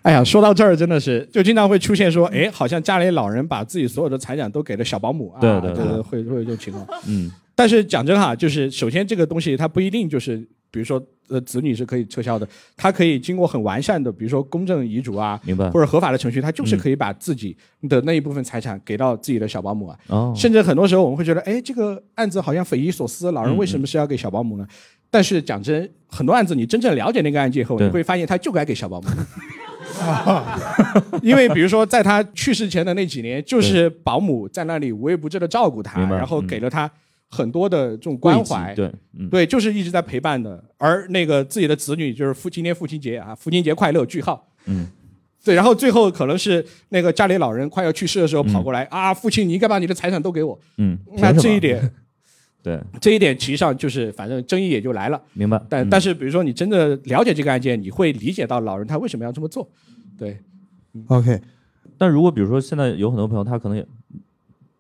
[SPEAKER 3] 哎呀，说到这儿真的是，就经常会出现说，哎，好像家里老人把自己所有的财产都给了小保姆啊，
[SPEAKER 1] 对对对
[SPEAKER 3] 就是会会有这种情况。
[SPEAKER 1] 嗯，
[SPEAKER 3] 但是讲真哈，就是首先这个东西它不一定就是，比如说呃子女是可以撤销的，它可以经过很完善的，比如说公证遗嘱啊，
[SPEAKER 1] 明白
[SPEAKER 3] 或者合法的程序，它就是可以把自己的那一部分财产给到自己的小保姆啊。
[SPEAKER 1] 哦
[SPEAKER 3] 甚至很多时候我们会觉得，哎，这个案子好像匪夷所思，老人为什么是要给小保姆呢？
[SPEAKER 1] 嗯
[SPEAKER 3] 但是讲真，很多案子你真正了解那个案件后，
[SPEAKER 1] 对
[SPEAKER 3] 你会发现他就该给小 保姆。 因为比如说，在他去世前的那几年，就是保姆在那里无微不至的照顾他，
[SPEAKER 1] 明白
[SPEAKER 3] 然后
[SPEAKER 1] 嗯
[SPEAKER 3] 给了他很多的这种关怀，
[SPEAKER 1] 慰藉对，嗯，
[SPEAKER 3] 对，就是一直在陪伴的。而那个自己的子女，就是父今天父亲节啊，父亲节快乐，句号。
[SPEAKER 1] 嗯，
[SPEAKER 3] 对，然后最后可能是那个家里老人快要去世的时候跑过来、啊，父亲，你应该把你的财产都给我。
[SPEAKER 1] 嗯，
[SPEAKER 3] 那
[SPEAKER 1] 凭什
[SPEAKER 3] 这
[SPEAKER 1] 么
[SPEAKER 3] 一点，
[SPEAKER 1] 对，
[SPEAKER 3] 这一点其实上就是反正争议也就来了。
[SPEAKER 1] 明白。
[SPEAKER 3] 但、
[SPEAKER 1] 嗯
[SPEAKER 3] 但是比如说你真的了解这个案件，你会理解到老人他为什么要这么做。对，
[SPEAKER 2] OK，
[SPEAKER 1] 但如果比如说现在有很多朋友，他可能也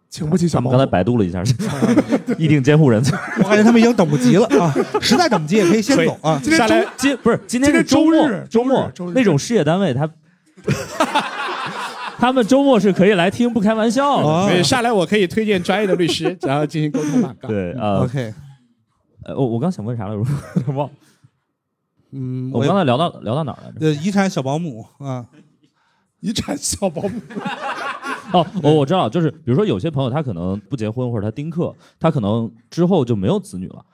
[SPEAKER 4] 请不起小
[SPEAKER 1] 他
[SPEAKER 4] 保
[SPEAKER 1] 们
[SPEAKER 4] 姆
[SPEAKER 1] 刚才。百度了一下， 议定监护人。
[SPEAKER 2] 我感觉他们已经等不及了 啊，实在等不及也可以先走啊。
[SPEAKER 4] 今天
[SPEAKER 3] 下来
[SPEAKER 4] 周
[SPEAKER 1] 今不是今天是
[SPEAKER 4] 今天周
[SPEAKER 1] 周末
[SPEAKER 4] 日，
[SPEAKER 1] 周末
[SPEAKER 4] 周日周日
[SPEAKER 1] 那种事业单位他。他们周末是可以来听，不开玩笑的。
[SPEAKER 2] 哦
[SPEAKER 3] 所以下来我可以推荐专业的律师，然后进行沟通嘛。刚
[SPEAKER 1] 对啊，
[SPEAKER 2] OK，
[SPEAKER 1] 呃，我我刚想问啥来着？我忘了。
[SPEAKER 2] 嗯，
[SPEAKER 1] 我
[SPEAKER 2] 我
[SPEAKER 1] 们
[SPEAKER 2] 也
[SPEAKER 1] 刚才聊到聊到哪儿来着？
[SPEAKER 2] 呃遗产小保姆啊，
[SPEAKER 4] 遗产小保姆，
[SPEAKER 1] 哦，我我知道，就是比如说有些朋友他可能不结婚，或者他丁克，他可能之后就没有子女了。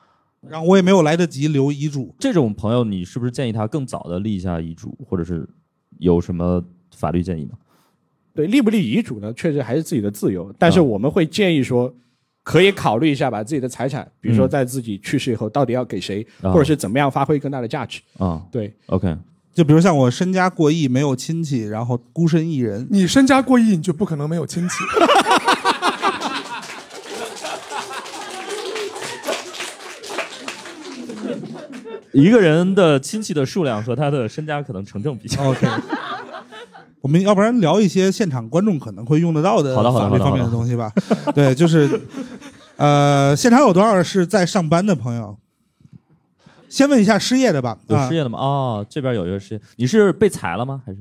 [SPEAKER 2] 然后我也没有来得及留遗嘱。
[SPEAKER 1] 这种朋友，你是不是建议他更早的立一下遗嘱，或者是有什么法律建议吗？
[SPEAKER 3] 对，立不立遗嘱呢，确实还是自己的自由，但是
[SPEAKER 1] 嗯
[SPEAKER 3] 我们会建议说，可以考虑一下把自己的财产，比如说在自己去世以后，到底要给谁，
[SPEAKER 1] 嗯啊
[SPEAKER 3] 或者是怎么样发挥更大的价值。
[SPEAKER 1] 啊、
[SPEAKER 3] 对，
[SPEAKER 1] o k
[SPEAKER 2] 就比如像我身家过亿，没有亲戚，然后孤身一人，
[SPEAKER 4] 你身家过亿，你就不可能没有亲戚。
[SPEAKER 1] 一个人的亲戚的数量和他的身家可能成正比。
[SPEAKER 2] OK，我们要不然聊一些现场观众可能会用得到的
[SPEAKER 1] 好的好的
[SPEAKER 2] 法律
[SPEAKER 1] 好的
[SPEAKER 2] 方面
[SPEAKER 1] 好
[SPEAKER 2] 的
[SPEAKER 1] 的
[SPEAKER 2] 东西吧。 对，就是，呃，现场有多少是在上班的朋友？先问一下失业的吧。
[SPEAKER 1] 有
[SPEAKER 2] 啊
[SPEAKER 1] 失业的吗？哦，这边有一个失业，你是被裁了吗？还是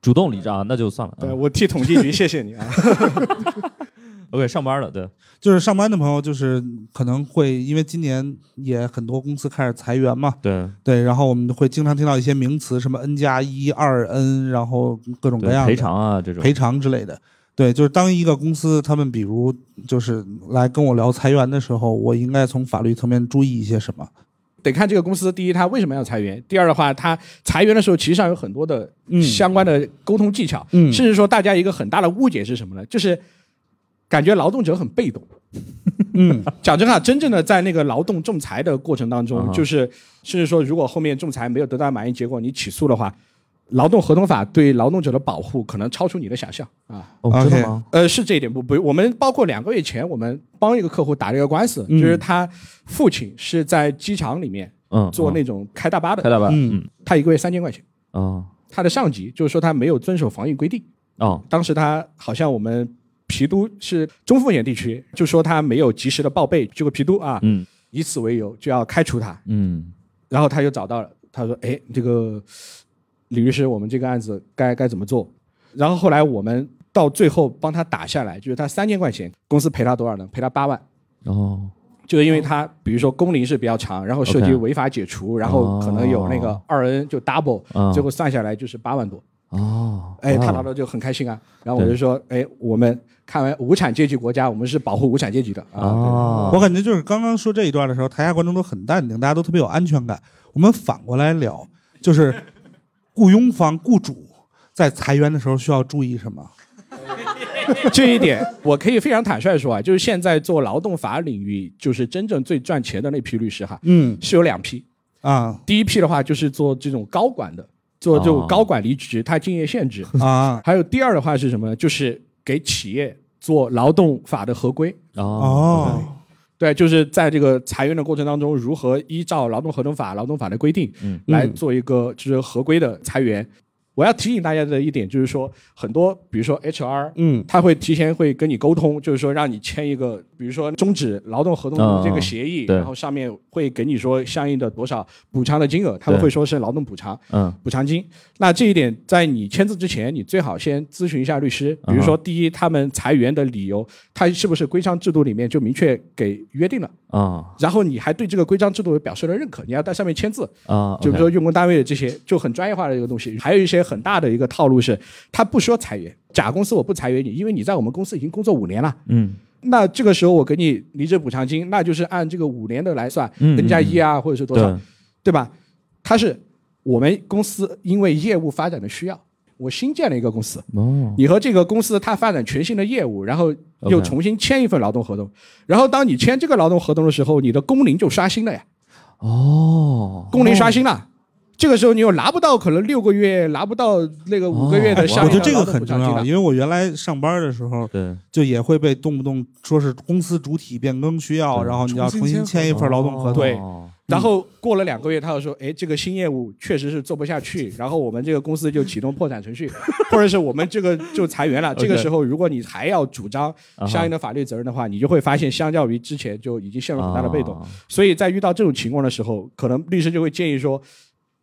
[SPEAKER 1] 主动离职啊？那就算了。
[SPEAKER 3] 对
[SPEAKER 1] 嗯
[SPEAKER 3] 我替统计局谢谢你啊。
[SPEAKER 1] OK，上班了，对，
[SPEAKER 2] 就是上班的朋友，就是可能会因为今年也很多公司开始裁员嘛，
[SPEAKER 1] 对
[SPEAKER 2] 对，然后我们会经常听到一些名词，什么 N 加一、二 N，然后各种各
[SPEAKER 1] 对，
[SPEAKER 2] 样的
[SPEAKER 1] 赔偿啊这种。
[SPEAKER 2] 赔偿之类的。对，就是当一个公司他们比如就是来跟我聊裁员的时候，我应该从法律层面注意一些什么？
[SPEAKER 3] 得看这个公司，第一，它为什么要裁员；第二的话，它裁员的时候，其实上有很多的
[SPEAKER 2] 嗯
[SPEAKER 3] 相关的沟通技巧，
[SPEAKER 2] 嗯
[SPEAKER 3] 甚至说大家一个很大的误解是什么呢？就是感觉劳动者很被动。
[SPEAKER 2] 嗯，
[SPEAKER 3] 讲真哈，真正的在那个劳动仲裁的过程当
[SPEAKER 1] 啊
[SPEAKER 3] 中，
[SPEAKER 1] 哈
[SPEAKER 3] 就是甚至说，如果后面仲裁没有得到满意结果，你起诉的话，劳动合同法对劳动者的保护可能超出你的想象啊。
[SPEAKER 1] 哦，真
[SPEAKER 2] OK
[SPEAKER 1] 的吗？
[SPEAKER 3] 呃，是这一点不不，我们包括两个月前，我们帮一个客户打了一个官司，
[SPEAKER 2] 嗯
[SPEAKER 3] 就是他父亲是在机场里面
[SPEAKER 1] 嗯
[SPEAKER 3] 做
[SPEAKER 1] 嗯
[SPEAKER 3] 那种开大巴的，
[SPEAKER 1] 开大巴嗯，
[SPEAKER 3] 他一个月三千块钱，
[SPEAKER 1] 哦
[SPEAKER 3] 他的上级就是说他没有遵守防疫规定，
[SPEAKER 1] 哦，
[SPEAKER 3] 当时他好像我们郫都是中风险地区，就说他没有及时的报备，结果郫都啊，
[SPEAKER 1] 嗯
[SPEAKER 3] 以此为由就要开除他，
[SPEAKER 1] 嗯
[SPEAKER 3] 然后他就找到了，他说：“哎，这个李律师，我们这个案子该该怎么做？”然后后来我们到最后帮他打下来，就是他三千块钱，公司赔他多少呢？赔他八万。
[SPEAKER 1] 哦
[SPEAKER 3] 就是因为他，比如说工龄是比较长，然后涉及
[SPEAKER 1] OK
[SPEAKER 3] 违法解除，然后可能有那个二 n 就 double，、
[SPEAKER 1] 嗯
[SPEAKER 3] 最后算下来就是八万多。
[SPEAKER 1] 哦，
[SPEAKER 3] 哎，他
[SPEAKER 1] 哦
[SPEAKER 3] 拿到就很开心啊。然后我
[SPEAKER 1] 对
[SPEAKER 3] 就说，哎，我们看完无产阶级国家，我们是保护无产阶级的啊。
[SPEAKER 1] 哦
[SPEAKER 2] 我感觉就是刚刚说这一段的时候，台下观众都很淡定，大家都特别有安全感。我们反过来聊，就是雇佣方、雇主在裁员的时候需要注意什么？
[SPEAKER 3] 这一点，我可以非常坦率地说啊，就是现在做劳动法领域，就是真正最赚钱的那批律师哈，
[SPEAKER 2] 嗯，
[SPEAKER 3] 是有两批
[SPEAKER 2] 啊。
[SPEAKER 3] 第一批的话，就是做这种高管的，做这种
[SPEAKER 2] 哦
[SPEAKER 3] 高管离职，他竞业限制
[SPEAKER 2] 啊。
[SPEAKER 3] 还有第二的话是什么呢？就是给企业做劳动法的合规。
[SPEAKER 1] 哦
[SPEAKER 3] 对，就是在这个裁员的过程当中，如何依照劳动合同法、劳动法的规定，
[SPEAKER 1] 嗯
[SPEAKER 3] 来做一个就是合规的裁员。我要提醒大家的一点就是说，很多比如说 HR，
[SPEAKER 2] 嗯
[SPEAKER 3] 他会提前会跟你沟通，就是说让你签一个，比如说终止劳动合同的这个协议，
[SPEAKER 1] 嗯对
[SPEAKER 3] 然后上面会给你说相应的多少补偿的金额，他们
[SPEAKER 1] 对
[SPEAKER 3] 会说是劳动补偿，
[SPEAKER 1] 嗯
[SPEAKER 3] 补偿金。那这一点在你签字之前，你最好先咨询一下律师，比如说
[SPEAKER 1] 嗯
[SPEAKER 3] 第一，他们裁员的理由，他是不是规章制度里面就明确给约定了。
[SPEAKER 1] 啊
[SPEAKER 3] 然后你还对这个规章制度表示了认可，你要在上面签字
[SPEAKER 1] 啊，
[SPEAKER 3] 就比如说
[SPEAKER 1] OK
[SPEAKER 3] 用工单位的这些，就很专业化的一个东西。还有一些很大的一个套路是，他不说裁员，甲公司我不裁员你，因为你在我们公司已经工作五年了。
[SPEAKER 1] 嗯
[SPEAKER 3] 那这个时候我给你离职补偿金，那就是按这个五年的来算，
[SPEAKER 1] 嗯
[SPEAKER 3] n 加一啊，或者是多少
[SPEAKER 1] 对，
[SPEAKER 3] 对吧？它是我们公司因为业务发展的需要，我新建了一个公司，
[SPEAKER 1] 哦
[SPEAKER 3] 你和这个公司它发展全新的业务，然后又
[SPEAKER 1] OK
[SPEAKER 3] 重新签一份劳动合同，然后当你签这个劳动合同的时候，你的工龄就刷新了呀，
[SPEAKER 1] 哦，
[SPEAKER 3] 工龄刷新了。这个时候你又拿不到可能六个月，拿不到那个五个月的相
[SPEAKER 2] 哦我
[SPEAKER 3] 应的
[SPEAKER 2] 觉得这
[SPEAKER 3] 劳
[SPEAKER 2] 个
[SPEAKER 3] 动
[SPEAKER 2] 很
[SPEAKER 3] 补
[SPEAKER 2] 重
[SPEAKER 3] 偿金
[SPEAKER 2] 要，
[SPEAKER 3] 了。
[SPEAKER 2] 因为我原来上班的时候，
[SPEAKER 1] 对，
[SPEAKER 2] 就也会被动不动说是公司主体变更需要，
[SPEAKER 1] 对
[SPEAKER 2] 然后你要重新签一份劳动合同。
[SPEAKER 3] 对，
[SPEAKER 1] 哦
[SPEAKER 3] 然后过了两个月，他又说：“哎，这个新业务确实是做不下去，然后我们这个公司就启动破产程序， 或者是我们这个就裁员了。”这个
[SPEAKER 1] OK
[SPEAKER 3] 时候，如果你还要主张
[SPEAKER 1] 啊哈
[SPEAKER 3] 相应的法律责任的话，你就会发现，相较于之前就已经陷入很大的被动
[SPEAKER 1] 啊。
[SPEAKER 3] 所以在遇到这种情况的时候，可能律师就会建议说，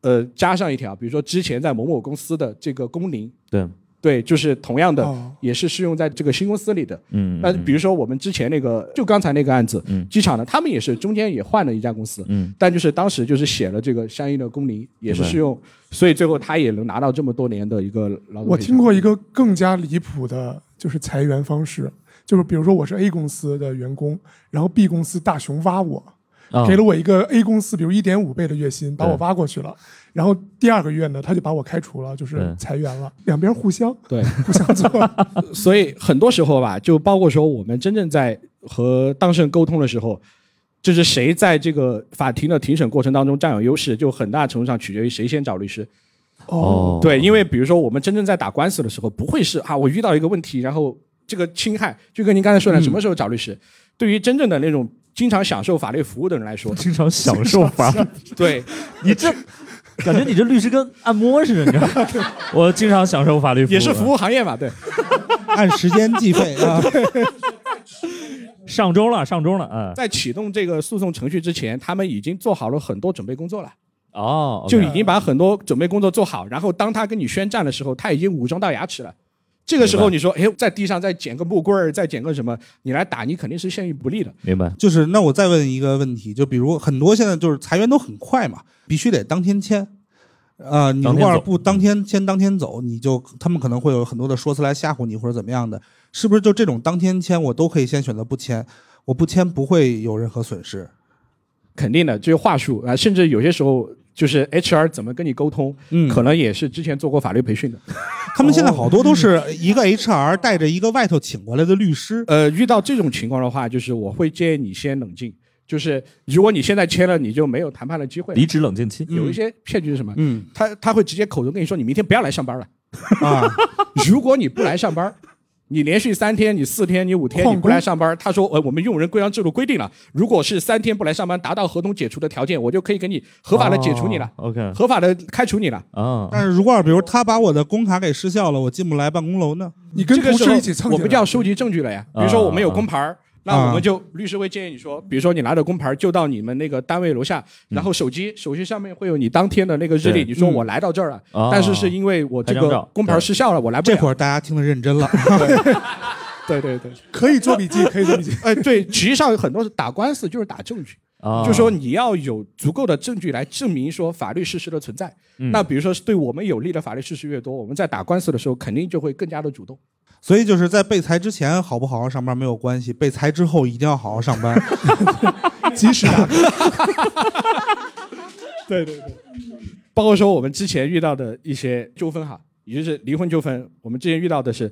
[SPEAKER 3] 呃，加上一条，比如说之前在某某公司的这个工龄，
[SPEAKER 1] 对，
[SPEAKER 3] 对，就是同样的
[SPEAKER 4] 啊
[SPEAKER 1] 哦，
[SPEAKER 3] 也是适用在这个新公司里的。
[SPEAKER 1] 嗯
[SPEAKER 3] 那
[SPEAKER 1] 嗯
[SPEAKER 3] 比如说我们之前那个，就刚才那个案子，
[SPEAKER 1] 嗯
[SPEAKER 3] 机场的，他们也是中间也换了一家公司，
[SPEAKER 1] 嗯
[SPEAKER 3] 但就是当时就是写了这个相应的工龄，也是
[SPEAKER 1] 明白
[SPEAKER 3] 适用，所以最后他也能拿到这么多年的一个劳动。
[SPEAKER 4] 我听，过一个更加离谱的，就是裁员方式，就是比如说我是 A 公司的员工，然后 B 公司大熊挖我，
[SPEAKER 1] 啊
[SPEAKER 4] 给了我一个 A 公司比如一点五倍的月薪，把我
[SPEAKER 1] 对
[SPEAKER 4] 挖过去了，然后第二个月呢，他就把我开除了，就是
[SPEAKER 3] 对
[SPEAKER 4] 裁员了，两边互相
[SPEAKER 3] 对，
[SPEAKER 4] 互相做。
[SPEAKER 3] 所以很多时候吧，就包括说我们真正在和当事人沟通的时候，就是谁在这个法庭的庭审过程当中占有优势，就很大程度上取决于谁先找律师。
[SPEAKER 1] 哦
[SPEAKER 3] 对，因为比如说我们真正在打官司的时候，不会是啊，我遇到一个问题，然后这个侵害，就跟您刚才
[SPEAKER 4] 嗯
[SPEAKER 3] 说的，什么时候找律师？对于真正的那种经常享受法律服务的人 来说，
[SPEAKER 1] 经常享 受法律，
[SPEAKER 3] 对
[SPEAKER 1] 你这感觉你这律师跟按摩似的，你知道 吗？我经常享受法律服务，啊
[SPEAKER 3] 也是服务行业嘛，对，
[SPEAKER 2] 按时间计费啊。
[SPEAKER 1] 上周了，上周了，嗯，
[SPEAKER 3] 在启动这个诉讼程序之前，他们已经做好了很多准备工作了。
[SPEAKER 1] 哦，
[SPEAKER 3] 就已经把很多准备工作做好，然后当他跟你宣战的时候，他已经武装到牙齿了。这个时候
[SPEAKER 1] 明白
[SPEAKER 3] 你说，哎，在地上再捡个木棍儿，再捡个什么，你来打，你肯定是陷于不利的。
[SPEAKER 1] 明白。
[SPEAKER 2] 就是那我再问一个问题，就比如很多现在就是裁员都很快嘛，必须得当天签。呃，你如果要是不当天签当天走，你就他们可能会有很多的说辞来吓唬你或者怎么样的，是不是？就这种当天签，我都可以先选择不签，我不签不会有任何损失。
[SPEAKER 3] 肯定的，这是话术啊，甚至有些时候就是 HR 怎么跟你沟通，
[SPEAKER 2] 嗯
[SPEAKER 3] 可能也是之前做过法律培训的。
[SPEAKER 2] 他们现在好多都是一个 HR 带着一个外头请过来的律师，
[SPEAKER 3] 呃，遇到这种情况的话，就是我会建议你先冷静，就是如果你现在签了，你就没有谈判的机会了。
[SPEAKER 1] 离职冷静期，
[SPEAKER 3] 有一些骗局是什么？
[SPEAKER 2] 嗯，
[SPEAKER 3] 他他会直接口头跟你说，你明天不要来上班了。
[SPEAKER 2] 啊，
[SPEAKER 3] 如果你不来上班，你连续三天，你四天，你五天你不来上班，他说，呃，我们用人规章制度规定了，如果是三天不来上班，达到合同解除的条件，我就可以给你合法的解除你
[SPEAKER 2] 啊
[SPEAKER 3] 了，嗯
[SPEAKER 1] 哦 OK
[SPEAKER 3] 合法的开除你了。
[SPEAKER 1] 啊
[SPEAKER 2] 但是如果比如他把我的工卡给失效了，我进不来办公楼呢？
[SPEAKER 4] 你
[SPEAKER 3] 这个时候
[SPEAKER 4] 啊
[SPEAKER 3] 我们就要收集证据了呀。比如说我们有工牌儿，那
[SPEAKER 2] 啊
[SPEAKER 3] 我们就律师会建议你说，比如说你拿着工牌儿就到你们那个单位楼下，然后手机手机上面会有你当天的那个日历，
[SPEAKER 2] 嗯对
[SPEAKER 3] 你说
[SPEAKER 2] 嗯
[SPEAKER 3] 我来到这儿了
[SPEAKER 2] 啊，
[SPEAKER 3] 但是是因为我这
[SPEAKER 2] 拍张
[SPEAKER 3] 个
[SPEAKER 2] 照
[SPEAKER 3] 工牌儿失效了，我来不了。
[SPEAKER 2] 这会儿大家听得认真了，
[SPEAKER 3] 对对对，
[SPEAKER 4] 可以做笔 记，可以做笔记。
[SPEAKER 3] 哎，对，实际上很多是打官司就是打证据。
[SPEAKER 1] 啊
[SPEAKER 3] 就说你要有足够的证据来证明说法律事实的存在。
[SPEAKER 1] 嗯
[SPEAKER 3] 那比如说是对我们有利的法律事实越多，我们在打官司的时候肯定就会更加的主动。
[SPEAKER 2] 所以就是在被裁之前好不好好上班没有关系，被裁之后一定要好好上班，
[SPEAKER 4] 及时打
[SPEAKER 3] 对对对，包括说我们之前遇到的一些纠纷哈，也就是离婚纠纷，我们之前遇到的是，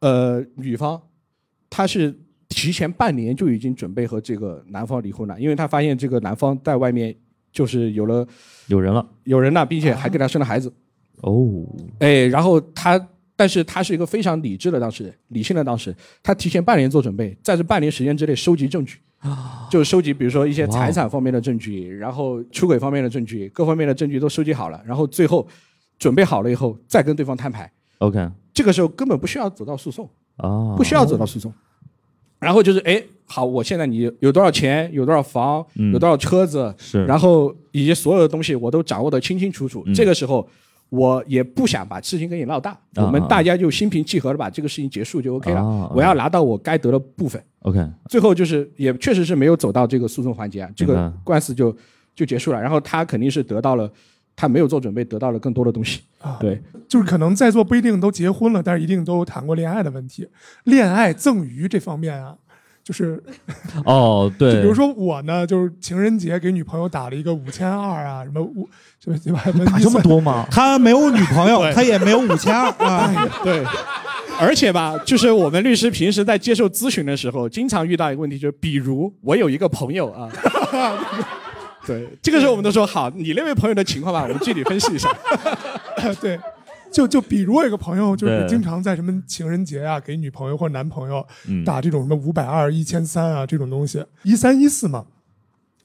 [SPEAKER 3] 呃，女方她是提前半年就已经准备和这个男方离婚了，因为她发现这个男方在外面就是有了
[SPEAKER 1] 有人了，
[SPEAKER 3] 有人了，并且还给她生了孩子，
[SPEAKER 1] 哦，
[SPEAKER 3] 哎，然后她。但是她是一个非常理智的当事人，理性的当事人。她提前半年做准备，在这半年时间之内收集证据，就收集比如说一些财产方面的证据，然后出轨方面的证据，各方面的证据都收集好了，然后最后准备好了以后再跟对方摊牌。
[SPEAKER 1] OK
[SPEAKER 3] 这个时候根本不需要走到诉讼，
[SPEAKER 1] 啊，
[SPEAKER 3] 不需要走到诉讼。然后就是，哎，好，我现在你有多少钱，有多少房，
[SPEAKER 1] 嗯
[SPEAKER 3] 有多少车子，
[SPEAKER 1] 是
[SPEAKER 3] 然后以及所有的东西我都掌握的清清楚楚。
[SPEAKER 1] 嗯
[SPEAKER 3] 这个时候，我也不想把事情给你闹大，
[SPEAKER 1] 啊
[SPEAKER 3] 我们大家就心平气和的把这个事情结束就 OK 了。
[SPEAKER 1] 啊
[SPEAKER 3] 我要拿到我该得的部分。
[SPEAKER 1] OK，
[SPEAKER 3] 最后就是也确实是没有走到这个诉讼环节啊，这
[SPEAKER 1] 明白
[SPEAKER 3] 个官司就就结束了。然后他肯定是得到了，他没有做准备，得到了更多的东西。
[SPEAKER 1] 啊
[SPEAKER 3] 对，
[SPEAKER 4] 就是可能在座不一定都结婚了，但是一定都谈过恋爱的问题。恋爱赠与这方面啊，就是
[SPEAKER 1] 哦，对，
[SPEAKER 4] 就比如说我呢，就是情人节给女朋友打了一个五千二啊，什么五什么对吧？打
[SPEAKER 2] 这么多吗？ 他没有女朋友，
[SPEAKER 3] 对
[SPEAKER 2] 他也没有五千二啊。
[SPEAKER 3] 对，而且吧，就是我们律师平时在接受咨询的时候，经常遇到一个问题，就是比如我有一个朋友啊， 对，这个时候我们都说好，你那位朋友的情况吧，我们具体分析一下。
[SPEAKER 4] 对，就就比如我有个朋友，就是
[SPEAKER 3] 对
[SPEAKER 4] 经常在什么情人节啊，给女朋友或者男朋友
[SPEAKER 1] 嗯
[SPEAKER 4] 打这种什么五百二、一千三啊这种东西，一三一四嘛。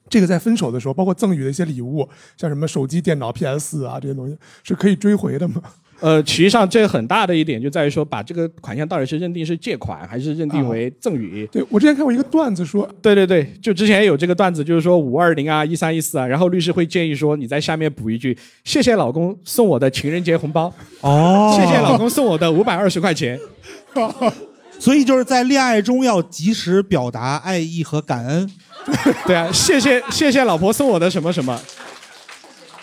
[SPEAKER 4] 这个在分手的时候，包括赠予的一些礼物，像什么手机、电脑、PS 啊这些东西，是可以追回的嘛？
[SPEAKER 3] 呃，实际上这很大的一点就在于说，把这个款项到底是认定是借款，还是认定为赠与？
[SPEAKER 4] 对我之前看过一个段子说，
[SPEAKER 3] 对对对，就之前有这个段子，就是说五二零啊、一三一四啊，然后律师会建议说，你在下面补一句：“谢谢老公送我的情人节红包，
[SPEAKER 2] 哦
[SPEAKER 3] 谢谢老公送我的五百二十块钱。
[SPEAKER 2] 所以就是在恋爱中要及时表达爱意和感恩。
[SPEAKER 3] 对啊，谢谢谢谢老婆送我的什么什么。”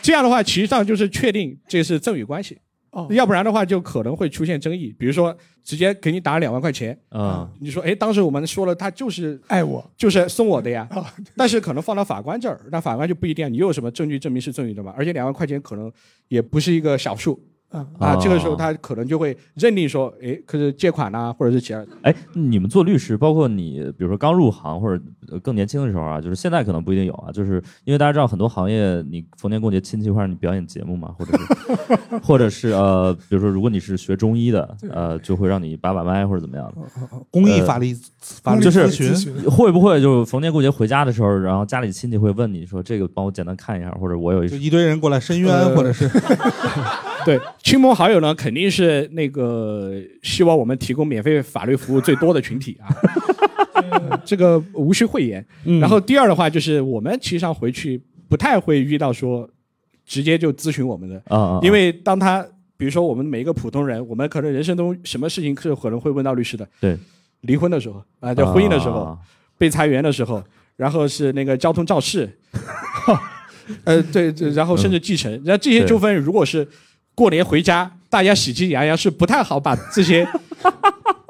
[SPEAKER 3] 这样的话，实际上就是确定这是赠与关系。
[SPEAKER 4] 哦，
[SPEAKER 3] 要不然的话就可能会出现争议，比如说直接给你打两万块钱，
[SPEAKER 1] 啊，
[SPEAKER 3] 你说，哎，当时我们说了，他就是
[SPEAKER 4] 爱哎我，
[SPEAKER 3] 就是送我的呀。但是可能放到法官这儿，那法官就不一定，啊你有什么证据证明是赠与的嘛？而且两万块钱可能也不是一个小数。
[SPEAKER 4] 啊
[SPEAKER 1] 哦
[SPEAKER 3] 这个时候他可能就会认定说，哎，可是借款呐、或者是其他的。
[SPEAKER 1] 哎，你们做律师，包括你，比如说刚入行或者呃更年轻的时候啊，就是现在可能不一定有啊，就是因为大家知道很多行业，你逢年过节亲戚会让你表演节目嘛，或者是或者是呃，比如说如果你是学中医的，呃，就会让你把把脉或者怎么样
[SPEAKER 3] 哦
[SPEAKER 1] 的。
[SPEAKER 2] 公益
[SPEAKER 1] 呃
[SPEAKER 2] 法律法律
[SPEAKER 1] 就
[SPEAKER 2] 咨
[SPEAKER 1] 是
[SPEAKER 2] 询
[SPEAKER 1] 会不会就是逢年过节回家的时候，然后家里亲戚会问你说这个帮我简单看一下，或者我有一
[SPEAKER 2] 一堆人过来申冤，
[SPEAKER 1] 呃
[SPEAKER 2] 或者是
[SPEAKER 3] 对，亲朋好友呢，肯定是那个希望我们提供免费法律服务最多的群体啊。呃 这个无需讳言。然后第二的话，就是我们其实上回去不太会遇到说直接就咨询我们的，
[SPEAKER 1] 啊啊啊
[SPEAKER 3] 因为当他比如说我们每一个普通人，我们可能人生中什么事情是可能会问到律师的，
[SPEAKER 1] 对
[SPEAKER 3] 离婚的时候啊，在婚姻的时候，
[SPEAKER 1] 啊
[SPEAKER 3] 被裁员的时候，然后是那个交通肇事， 呃，对，对然后甚至继承，然嗯后这些
[SPEAKER 1] 对
[SPEAKER 3] 纠纷如果是过年回家，大家喜气洋洋，是不太好把这 些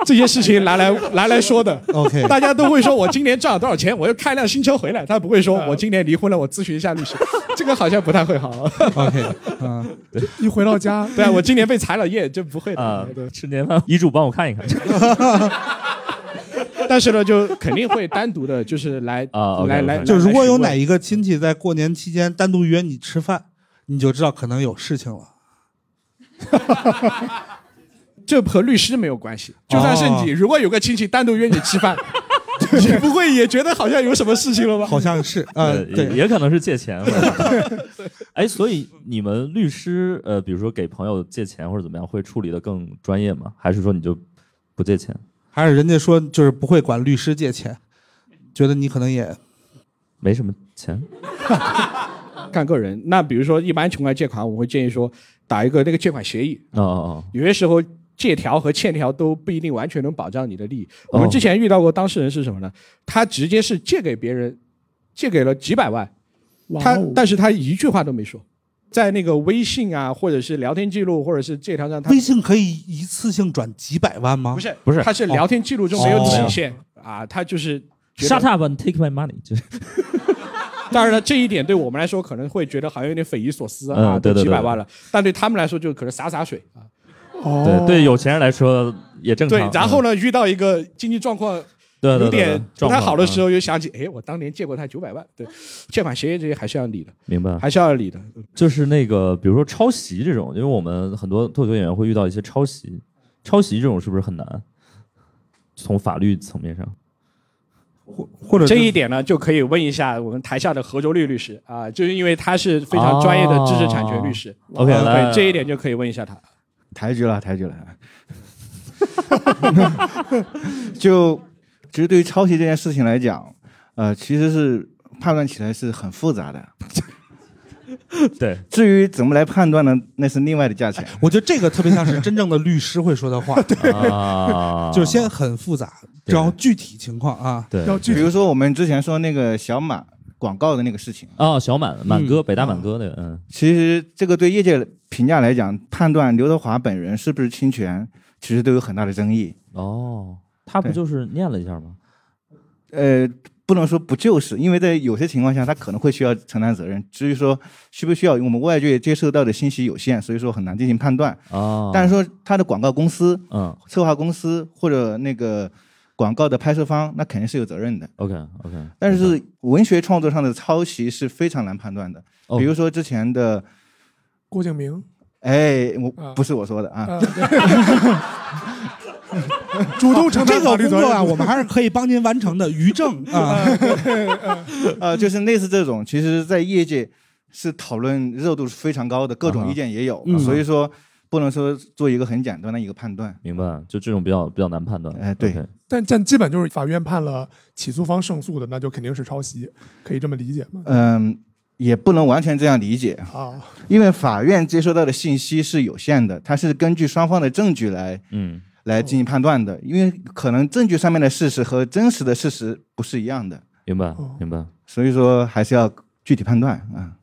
[SPEAKER 3] 这些事情拿来拿来说的。
[SPEAKER 2] OK
[SPEAKER 3] 大家都会说我今年赚了多少钱，我又开辆新车回来，他不会说我今年离婚了，我咨询一下律师，嗯 这个好像不太会好。
[SPEAKER 2] OK，啊，
[SPEAKER 4] 一回到 家，
[SPEAKER 3] 对啊，我今年被裁了业，这不 会的。
[SPEAKER 1] 啊
[SPEAKER 3] 对，
[SPEAKER 1] 吃年饭遗嘱帮我看一看。
[SPEAKER 3] 但是呢，就肯定会单独的，就是来
[SPEAKER 1] 啊，OK，
[SPEAKER 3] 来来，
[SPEAKER 2] 就如果有哪
[SPEAKER 3] 一
[SPEAKER 2] 一个亲戚在过年期间单独约你吃饭，你就知道可能有事情了。
[SPEAKER 3] 这和律师没有关系。就算是你，
[SPEAKER 2] 哦
[SPEAKER 3] 如果有个亲戚单独约你吃 饭，你不会也觉得好像有什么事情 了吧？
[SPEAKER 2] 好像是，呃，
[SPEAKER 1] 也
[SPEAKER 2] 对，
[SPEAKER 1] 也可能是借钱。 哎，所以你们律师，呃，比如说给朋友借钱或者怎么样，会处理的更专业吗？还是说你就不借钱？
[SPEAKER 2] 还是人家说就是不会管律师借钱，觉得你可能也
[SPEAKER 1] 没什么钱，
[SPEAKER 3] 看个人。那比如说，一般情况下借款，我会建议说打一个那个借款协议。
[SPEAKER 1] 哦哦
[SPEAKER 3] 有些时候借条和欠条都不一定完全能保障你的利益。
[SPEAKER 1] 哦
[SPEAKER 3] 我们之前遇到过当事人是什么呢？他直接是借给别人，借给了几百万，他但是他一句话都没说，在那个微信啊，或者是聊天记录，或者是借条上，他
[SPEAKER 2] 微信可以一次性转几百万吗？
[SPEAKER 3] 不是
[SPEAKER 1] 不是
[SPEAKER 3] 他是聊天记录中没有
[SPEAKER 2] 哦
[SPEAKER 3] 体现、啊，他就是觉得
[SPEAKER 1] Shut up and take my money，就是
[SPEAKER 3] 当然了，这一点对我们来说可能会觉得好像有点匪夷所思啊，
[SPEAKER 1] 嗯对
[SPEAKER 3] 都
[SPEAKER 1] 对
[SPEAKER 3] 几
[SPEAKER 1] 对
[SPEAKER 3] 百万了，但对他们来说就可能洒洒水啊。
[SPEAKER 1] 对对，有钱人来说也正
[SPEAKER 3] 对
[SPEAKER 1] 常。，
[SPEAKER 3] 然后
[SPEAKER 1] 呢？
[SPEAKER 3] 呢，遇到一个经济状况
[SPEAKER 1] 对对
[SPEAKER 3] 有
[SPEAKER 1] 对对
[SPEAKER 3] 点不太好的时，
[SPEAKER 1] 状况
[SPEAKER 3] 候，
[SPEAKER 1] 嗯
[SPEAKER 3] 又想起，哎，我当年借过他九百万，对，借款协议这些还是要理的，
[SPEAKER 1] 嗯明白。
[SPEAKER 3] 还是要理的。
[SPEAKER 1] 就是那个，比如说抄袭这种，因为我们很多脱口秀演员会遇到一些抄袭，抄袭这种是不是很难？从法律层面上，
[SPEAKER 2] 或者
[SPEAKER 3] 这
[SPEAKER 2] 是
[SPEAKER 3] 一点呢，就可以问一下我们台下的何周律律师啊，就是因为他是非常专业的知识产权律师。
[SPEAKER 1] 哦 OK，来来
[SPEAKER 3] 对，这
[SPEAKER 1] 来
[SPEAKER 3] 一点就可以问一下他。
[SPEAKER 10] 抬举了，抬举了。 就其实对于抄袭这件事情来讲，呃，其实是判断起来是很复杂的。
[SPEAKER 1] 对，
[SPEAKER 10] 至于怎么来判断呢？那是另外的价钱。
[SPEAKER 2] 我觉得这个特别像是真正的律师会说的 话，
[SPEAKER 1] 啊，
[SPEAKER 2] 就是先很复杂，然后具体情况啊，
[SPEAKER 1] 对
[SPEAKER 4] 要具
[SPEAKER 10] 比
[SPEAKER 4] 体
[SPEAKER 10] 如说我们之前说那个小马广告的那个事情，
[SPEAKER 1] 啊，小满满哥，北大满哥那个，嗯，
[SPEAKER 10] 其实这个对业界评价来讲，判断刘德华本人是不是侵权，其实都有很大的争议。
[SPEAKER 1] 哦，他不
[SPEAKER 10] 对
[SPEAKER 1] 就是念了一下吗？
[SPEAKER 10] 呃，不能说不就是，因为在有些情况下，他可能会需要承担责任。至于说需不需要，我们外界接受到的信息有限，所以说很难进行判断。
[SPEAKER 1] 啊，
[SPEAKER 10] 但是说他的广告公司、
[SPEAKER 1] 嗯
[SPEAKER 10] 策划公司或者那个广告的拍摄方，那肯定是有责任的。
[SPEAKER 1] ，OK OK，
[SPEAKER 10] 但是文学创作上的抄袭是非常难判断的，
[SPEAKER 1] 哦
[SPEAKER 10] 比如说之前的，
[SPEAKER 4] 郭敬明
[SPEAKER 10] 哎，
[SPEAKER 4] 啊
[SPEAKER 10] 我不是我说的啊，
[SPEAKER 4] 啊，主动承
[SPEAKER 2] 这
[SPEAKER 4] 担
[SPEAKER 2] 个
[SPEAKER 4] 法律
[SPEAKER 2] 工
[SPEAKER 4] 责
[SPEAKER 2] 作啊，
[SPEAKER 4] 任。
[SPEAKER 2] 我们还是可以帮您完成的。于正啊，
[SPEAKER 10] 呃，就是类似这种，其实在业界是讨论热度是非常高的，各
[SPEAKER 1] 啊
[SPEAKER 10] 种
[SPEAKER 1] 哈
[SPEAKER 10] 意见也有，
[SPEAKER 2] 嗯
[SPEAKER 10] 所以说不能说做一个很简单的一个判断。
[SPEAKER 1] 啊明白，就这种比较比较难判断。
[SPEAKER 10] 哎对
[SPEAKER 1] OK
[SPEAKER 4] 但但基本就是法院判了起诉方胜诉的，那就肯定是抄袭，可以这么理解吗？
[SPEAKER 10] 嗯，也 不能完全这样理解，
[SPEAKER 4] 啊，
[SPEAKER 10] 因为法院接收到的信息是有限的，它是根据双方的证据来
[SPEAKER 1] 嗯，
[SPEAKER 4] 哦
[SPEAKER 10] 来进行判断的，因为可能证据上面的事实和真实的事实不是一样的，
[SPEAKER 1] 明白
[SPEAKER 4] 哦，
[SPEAKER 1] 明白，
[SPEAKER 10] 所以说还是要具体判断啊。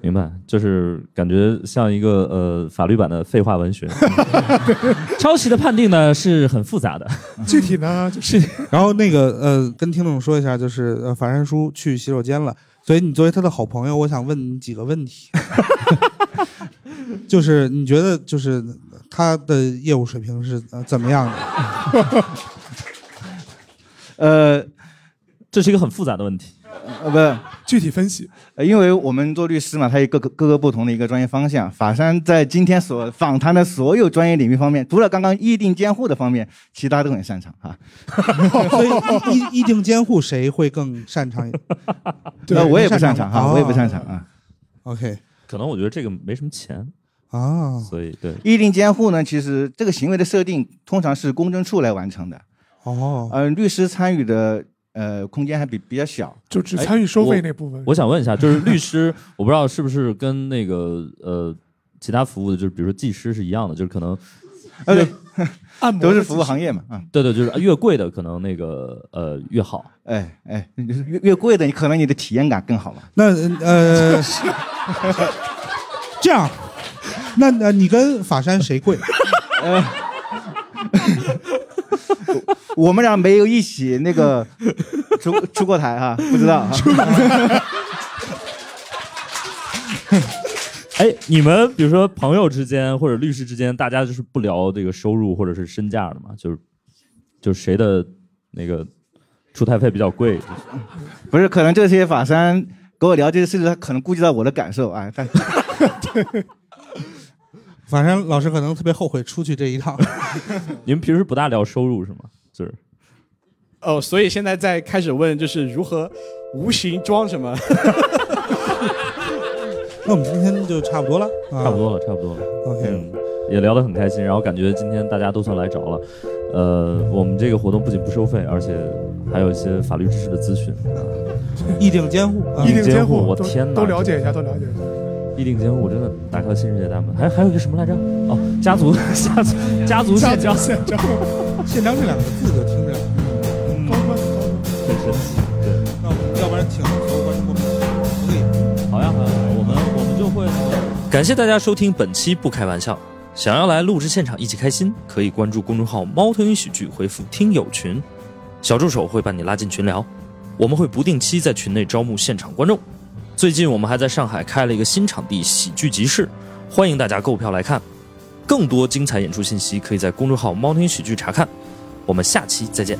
[SPEAKER 1] 明白，就是感觉像一个呃法律版的废话文 学。 抄袭的判定呢是很复杂的。
[SPEAKER 4] 具体呢就是
[SPEAKER 2] 然后那个呃，跟听众说一下，就是呃，法山叔去洗手间了，所以你作为他的好朋友，我想问你几个问题，就是你觉得就是他的业务水平是呃怎么样的？
[SPEAKER 10] 呃，
[SPEAKER 1] 这是一个很复杂的问题。
[SPEAKER 10] 呃不是。
[SPEAKER 4] 具体分析，
[SPEAKER 10] 呃，因为我们做律师嘛，它有各个各个不同的一个专业方向。法山在今天所访谈的所有专业领域方面，除了刚刚议定监护的方面，其他都很擅长啊。
[SPEAKER 2] 所以一一定监护谁会更 擅长一点
[SPEAKER 10] 呃，我也不擅长
[SPEAKER 2] 擅长
[SPEAKER 10] 哈，
[SPEAKER 2] 吗哦
[SPEAKER 10] 我也不擅长啊。
[SPEAKER 2] ？OK
[SPEAKER 1] 可能我觉得这个没什么钱，
[SPEAKER 10] 哦
[SPEAKER 2] 啊，
[SPEAKER 1] 所以对
[SPEAKER 10] 议定监护呢，其实这个行为的设定通常是公证处来完成的，
[SPEAKER 2] 哦，
[SPEAKER 10] 嗯、律师参与的呃空间还比比较小。
[SPEAKER 4] 就只参与收费那部分。
[SPEAKER 1] 我想问一下，就是 律师，我不知道是不是跟那个呃其他服务的，就是比如说技师是一样的，就是可能
[SPEAKER 10] 呃，对
[SPEAKER 4] 按摩
[SPEAKER 10] 都是
[SPEAKER 4] 的
[SPEAKER 10] 服务行业嘛啊。
[SPEAKER 1] 对对，就是越贵的可能那个呃越好。
[SPEAKER 10] 哎哎，越越贵的，你可能你的体验感更好嘛。
[SPEAKER 2] 那呃，这样，那那你跟法山谁贵？
[SPEAKER 10] 我们俩没有一起那个出 出过台啊，不知道啊。
[SPEAKER 1] 哎，你们比如说朋友之间或者律师之间，大家就是不聊这个收入或者是身价的嘛，就是就是谁的那个出台费比较贵，
[SPEAKER 10] 不是，可能这些法山跟我聊这些事情，他可能顾及到我的感受啊。他
[SPEAKER 2] 反正老师可能特别后悔出去这一趟。
[SPEAKER 1] 你们平时不大聊收入是吗？就是
[SPEAKER 3] 哦，所以现在在开始问，就是如何无形装什么？
[SPEAKER 2] 那我们今天就差不多了，啊
[SPEAKER 1] 差不多了，差不多了。
[SPEAKER 2] OK
[SPEAKER 1] 嗯也聊得很开心，然后感觉今天大家都算来着了。呃，我们这个活动不仅不收费，而且还有一些法律知识的咨询。
[SPEAKER 2] 议定监护，
[SPEAKER 4] 呃
[SPEAKER 1] 啊议定监护我
[SPEAKER 4] 都
[SPEAKER 1] 天哪
[SPEAKER 4] 都了解一下，都了解一下。
[SPEAKER 1] 议定监护真的打开了新世界大门。还还有一个什么来着？哦，家族 家族家族宪 章，
[SPEAKER 4] 宪章，
[SPEAKER 2] 宪章这两个字就听着嗯
[SPEAKER 1] 很神奇。对，
[SPEAKER 2] 要不然请所有观众朋友们投给
[SPEAKER 1] 好呀好呀，我们我们就会那个。
[SPEAKER 11] 感谢大家收听本期《不开玩笑》，想要来录制现场一起开心，可以关注公众号“猫头鹰喜剧”，回复“听友群”，小助手会把你拉进群聊。我们会不定期在群内招募现场观众。最近我们还在上海开了一个新场地——喜剧集市，欢迎大家购票来看。更多精彩演出信息可以在公众号“猫头鹰喜剧”查看。我们下期再见。